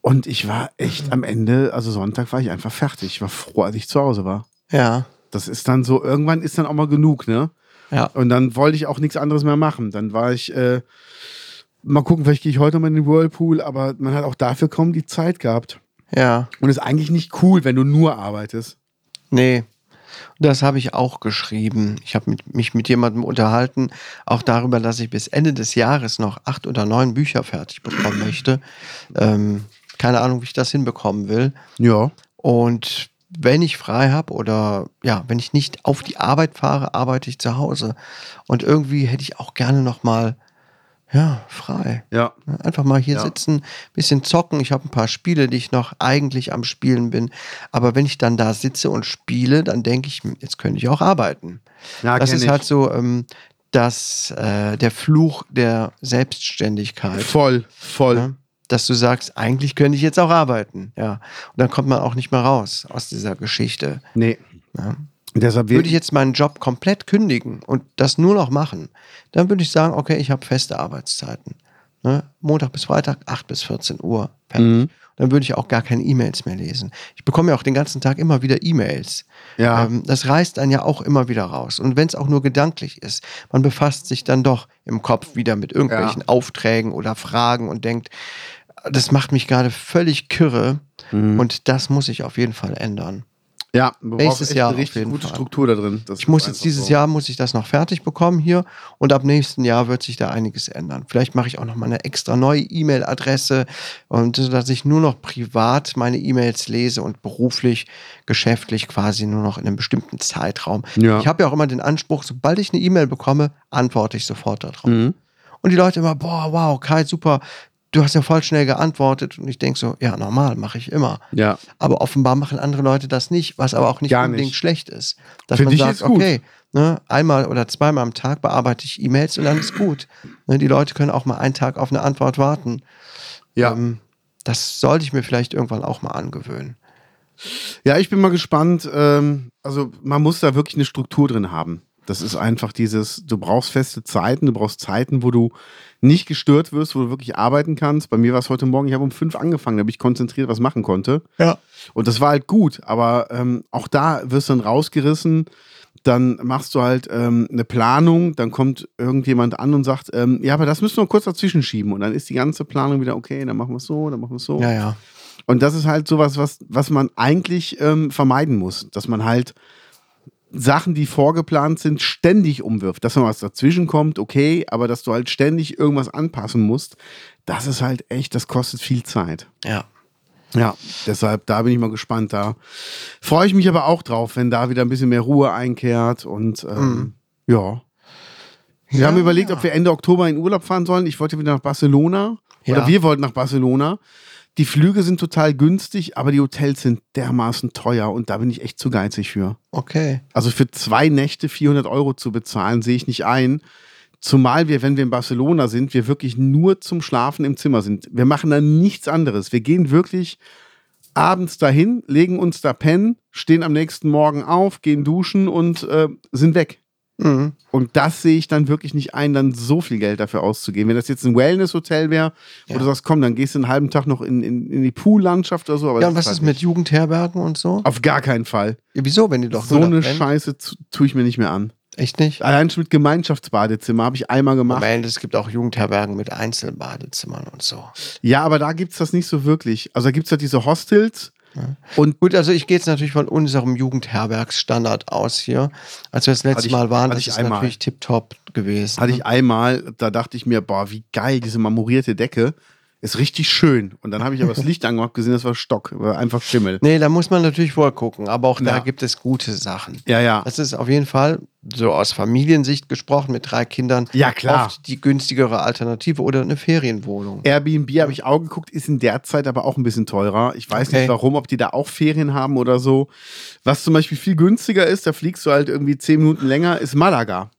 Und ich war echt am Ende, also Sonntag war ich einfach fertig. Ich war froh, als ich zu Hause war.
Ja.
Das ist dann so, irgendwann ist dann auch mal genug, ne?
Ja.
Und dann wollte ich auch nichts anderes mehr machen. Dann war ich, äh, mal gucken, vielleicht gehe ich heute noch mal in den Whirlpool, aber man hat auch dafür kaum die Zeit gehabt.
Ja.
Und ist eigentlich nicht cool, wenn du nur arbeitest.
Nee. Das habe ich auch geschrieben. Ich habe mit, mich mit jemandem unterhalten, auch darüber, dass ich bis Ende des Jahres noch acht oder neun Bücher fertig bekommen möchte. Ähm, keine Ahnung, wie ich das hinbekommen will.
Ja.
Und wenn ich frei habe oder ja, wenn ich nicht auf die Arbeit fahre, arbeite ich zu Hause. Und irgendwie hätte ich auch gerne noch mal ja, frei.
Ja.
Einfach mal hier
Ja.
sitzen, bisschen zocken. Ich habe ein paar Spiele, die ich noch eigentlich am Spielen bin. Aber wenn ich dann da sitze und spiele, dann denke ich, hm, jetzt könnte ich auch arbeiten.
Ja,
das
Ah, kenn
ist
ich.
halt so ähm, das, äh, der Fluch der Selbstständigkeit.
Voll, voll.
Ne? Dass du sagst, eigentlich könnte ich jetzt auch arbeiten. Ja. Und dann kommt man auch nicht mehr raus aus dieser Geschichte. ne?
Nee.
Ja.
Deshalb
Würde ich jetzt meinen Job komplett kündigen und das nur noch machen, dann würde ich sagen, okay, ich habe feste Arbeitszeiten. Ne? Montag bis Freitag, 8 bis 14 Uhr. Fertig.
Mhm.
Dann würde ich auch gar keine E-Mails mehr lesen. Ich bekomme ja auch den ganzen Tag immer wieder E-Mails.
Ja.
Ähm, das reißt einen ja auch immer wieder raus. Und wenn es auch nur gedanklich ist, man befasst sich dann doch im Kopf wieder mit irgendwelchen
Ja.
Aufträgen oder Fragen und denkt, das macht mich gerade völlig kirre
Mhm.
und das muss ich auf jeden Fall ändern.
ja, wir brauchen
nächstes
echt
Jahr auf
eine richtig
jeden
gute
Fall.
Struktur da drin. Das
Ich muss
ist
jetzt
einfach
dieses
so.
Jahr, muss ich das noch fertig bekommen hier und ab nächsten Jahr wird sich da einiges ändern. Vielleicht mache ich auch noch mal eine extra neue E-Mail-Adresse und so, dass ich nur noch privat meine E-Mails lese und beruflich, geschäftlich quasi nur noch in einem bestimmten Zeitraum.
Ja.
Ich habe ja auch immer den Anspruch, sobald ich eine E-Mail bekomme, antworte ich sofort darauf.
Mhm.
Und die Leute immer, boah, wow, Kai, super, du hast ja voll schnell geantwortet und ich denke so, ja, normal, mache ich immer.
Ja.
Aber offenbar machen andere Leute das nicht, was aber auch nicht
Gar
unbedingt
nicht.
schlecht ist. Dass
Für
man
dich
sagt,
ist gut.
okay, ne, einmal oder zweimal am Tag bearbeite ich E-Mails und dann ist gut. Ne, die Leute können auch mal einen Tag auf eine Antwort warten.
Ja.
Ähm, das sollte ich mir vielleicht irgendwann auch mal angewöhnen.
Ja, ich bin mal gespannt. Ähm, also man muss da wirklich eine Struktur drin haben. Das ist einfach dieses, du brauchst feste Zeiten, du brauchst Zeiten, wo du nicht gestört wirst, wo du wirklich arbeiten kannst. Bei mir war es heute Morgen, ich habe um fünf angefangen, damit ich konzentriert was machen konnte.
Ja.
Und das war halt gut, aber ähm, auch da wirst du dann rausgerissen. Dann machst du halt ähm, eine Planung, dann kommt irgendjemand an und sagt, ähm, ja, aber das müssen wir kurz dazwischen schieben. Und dann ist die ganze Planung wieder, okay, dann machen wir es so, dann machen wir es so.
Ja, ja.
Und das ist halt sowas, was, was man eigentlich ähm, vermeiden muss, dass man halt Sachen, die vorgeplant sind, ständig umwirft. Dass man was dazwischen kommt, okay, aber dass du halt ständig irgendwas anpassen musst, das ist halt echt, das kostet viel Zeit.
Ja.
Ja, deshalb, da bin ich mal gespannt. Da freue ich mich aber auch drauf, wenn da wieder ein bisschen mehr Ruhe einkehrt und ähm, ja. Wir haben überlegt, ob wir Ende Oktober in Urlaub fahren sollen. Ich wollte wieder nach Barcelona.
Ja.
Oder wir wollten nach Barcelona. Die Flüge sind total günstig, aber die Hotels sind dermaßen teuer und da bin ich echt zu geizig für.
Okay.
Also für zwei Nächte 400 Euro zu bezahlen, sehe ich nicht ein. Zumal wir, wenn wir in Barcelona sind, wir wirklich nur zum Schlafen im Zimmer sind. Wir machen da nichts anderes. Wir gehen wirklich abends dahin, legen uns da pennen, stehen am nächsten Morgen auf, gehen duschen und äh, sind weg.
Mhm.
Und das sehe ich dann wirklich nicht ein, dann so viel Geld dafür auszugeben. Wenn das jetzt ein Wellness-Hotel wäre, wo
Ja.
du sagst, komm, dann gehst du einen halben Tag noch in, in, in die Poollandschaft oder so. Aber
Ja,
das
und was
halt
ist mit Jugendherbergen und so?
nicht. Auf gar keinen Fall.
Ja, wieso, wenn die doch
so
nur
eine
da pennen?
Scheiße zu- tue ich mir nicht mehr an.
Echt nicht?
Allein schon mit Gemeinschaftsbadezimmer habe ich einmal gemacht.
Moment, es gibt auch Jugendherbergen mit Einzelbadezimmern und so.
Ja, aber da gibt es das nicht so wirklich. Also da gibt es halt diese Hostels. Und
Gut, also ich gehe jetzt natürlich von unserem Jugendherbergsstandard aus hier. Als wir das letzte
Hatte ich-
Mal waren,
hatte
das
ich
ist
einmal.
natürlich tipptopp gewesen.
hatte ich einmal, da dachte ich mir, boah, wie geil, diese marmorierte Decke. Ist richtig schön. Und dann habe ich aber das Licht angemacht, gesehen, das war Stock. War einfach Schimmel.
Nee, da muss man natürlich wohl gucken, aber auch da
Ja.
gibt es gute Sachen.
Ja, ja.
Das ist auf jeden Fall, so aus Familiensicht gesprochen, mit drei Kindern
Ja, klar.
oft die günstigere Alternative oder eine Ferienwohnung.
Airbnb habe ich auch geguckt, ist in der Zeit aber auch ein bisschen teurer. Ich weiß
Okay.
nicht warum, ob die da auch Ferien haben oder so. Was zum Beispiel viel günstiger ist, da fliegst du halt irgendwie 10 Minuten länger, ist Malaga.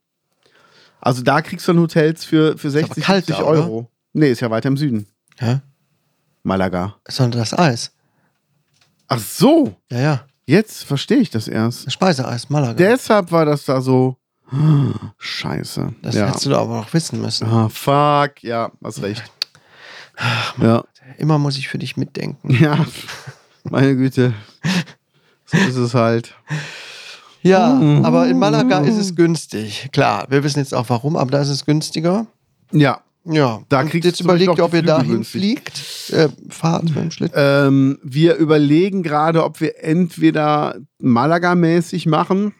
Also da kriegst du dann Hotels für, für
aber
60,
kalt
70
da,
Euro. Nee, ist ja weiter im Süden.
Ja?
Malaga.
Sondern ne? das Eis.
Ach so,
Ja, ja.
jetzt verstehe ich das erst.
Das Speiseeis, Malaga.
Deshalb war das da so. hm, Scheiße.
das
ja.
hättest du da aber noch wissen müssen.
Ah, fuck, ja, hast recht. Ja.
Immer muss ich für dich mitdenken.
ja, meine Güte. So ist es halt.
Ja,
Mhm.
aber in Malaga ist es günstig. Klar, wir wissen jetzt auch warum, aber da ist es günstiger.
Ja,
Ja,
Da
und
kriegst
jetzt
du nämlich
überlegt ihr,
auch
ob ihr
die Flüge
dahin
günstig.
fliegt. Äh, fahrt mit dem Schlitten.
ähm, wir überlegen gerade, ob wir entweder Malaga-mäßig machen,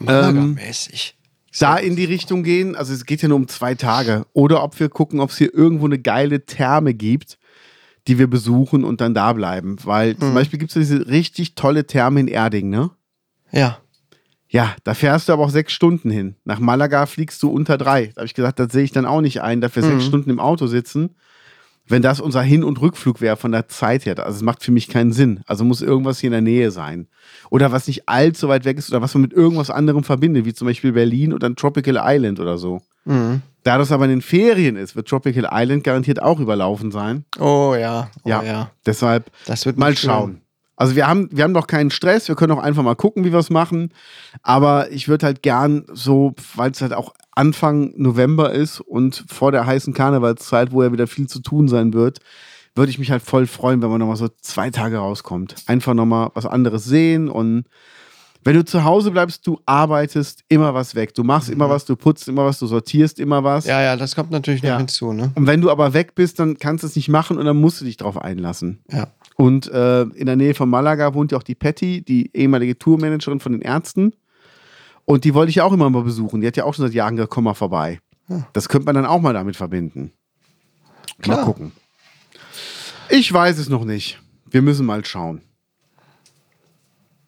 Ähm,
Malaga-mäßig.
da in die Richtung gehen, also es geht ja nur um zwei Tage, oder ob wir gucken, ob es hier irgendwo eine geile Therme gibt, die wir besuchen und dann da bleiben. Weil zum Beispiel gibt es diese richtig tolle Therme in Erding, ne?
Ja.
Ja, da fährst du aber auch sechs Stunden hin. Nach Malaga fliegst du unter drei. Da habe ich gesagt, das sehe ich dann auch nicht ein, dass wir sechs Stunden im Auto sitzen. Wenn das unser Hin- und Rückflug wäre von der Zeit her, also es macht für mich keinen Sinn. Also muss irgendwas hier in der Nähe sein. Oder was nicht allzu weit weg ist oder was man mit irgendwas anderem verbindet, wie zum Beispiel Berlin oder ein Tropical Island oder so.
Mhm.
Da das aber in den Ferien ist, wird Tropical Island garantiert auch überlaufen sein.
Oh ja. Oh, ja.
Ja. Deshalb
Das wird
mal
nicht schön.
schauen. Also wir haben, wir haben noch keinen Stress, wir können auch einfach mal gucken, wie wir es machen. Aber ich würde halt gern so, weil es halt auch Anfang November ist und vor der heißen Karnevalszeit, wo ja wieder viel zu tun sein wird, würde ich mich halt voll freuen, wenn man nochmal so zwei Tage rauskommt. Einfach nochmal was anderes sehen und wenn du zu Hause bleibst, du arbeitest immer was weg. Du machst immer was, du putzt immer was, du sortierst immer was.
Mhm. Ja, ja, das kommt natürlich noch
Ja.
hinzu, ne?
Und wenn du aber weg bist, dann kannst du es nicht machen und dann musst du dich drauf einlassen.
Ja.
Und äh, in der Nähe von Malaga wohnt ja auch die Patty, die ehemalige Tourmanagerin von den Ärzten. Und die wollte ich ja auch immer mal besuchen. Die hat ja auch schon seit Jahren gesagt, komm mal vorbei. Das könnte man dann auch mal damit verbinden. Mal
Klar.
gucken. Ich weiß es noch nicht. Wir müssen mal schauen.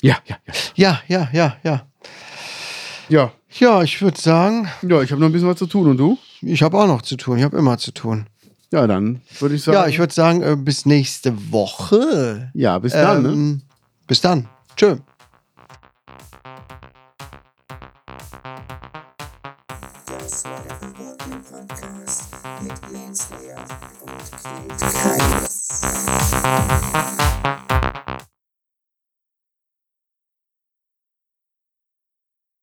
Ja, ja, ja.
Ja, ja, ja, ja.
Ja,
Ja, ich würde sagen,
ja ich habe noch ein bisschen was zu tun. Und du?
ich habe auch noch zu tun. Ich habe immer zu tun.
Ja, dann würde ich sagen.
Ja, ich würde sagen, äh, bis nächste Woche.
ja bis dann. ne?
Ähm, Bis dann. Tschö.
Das war der Woodworking Podcast mit Jens Lea und Knut Kreis.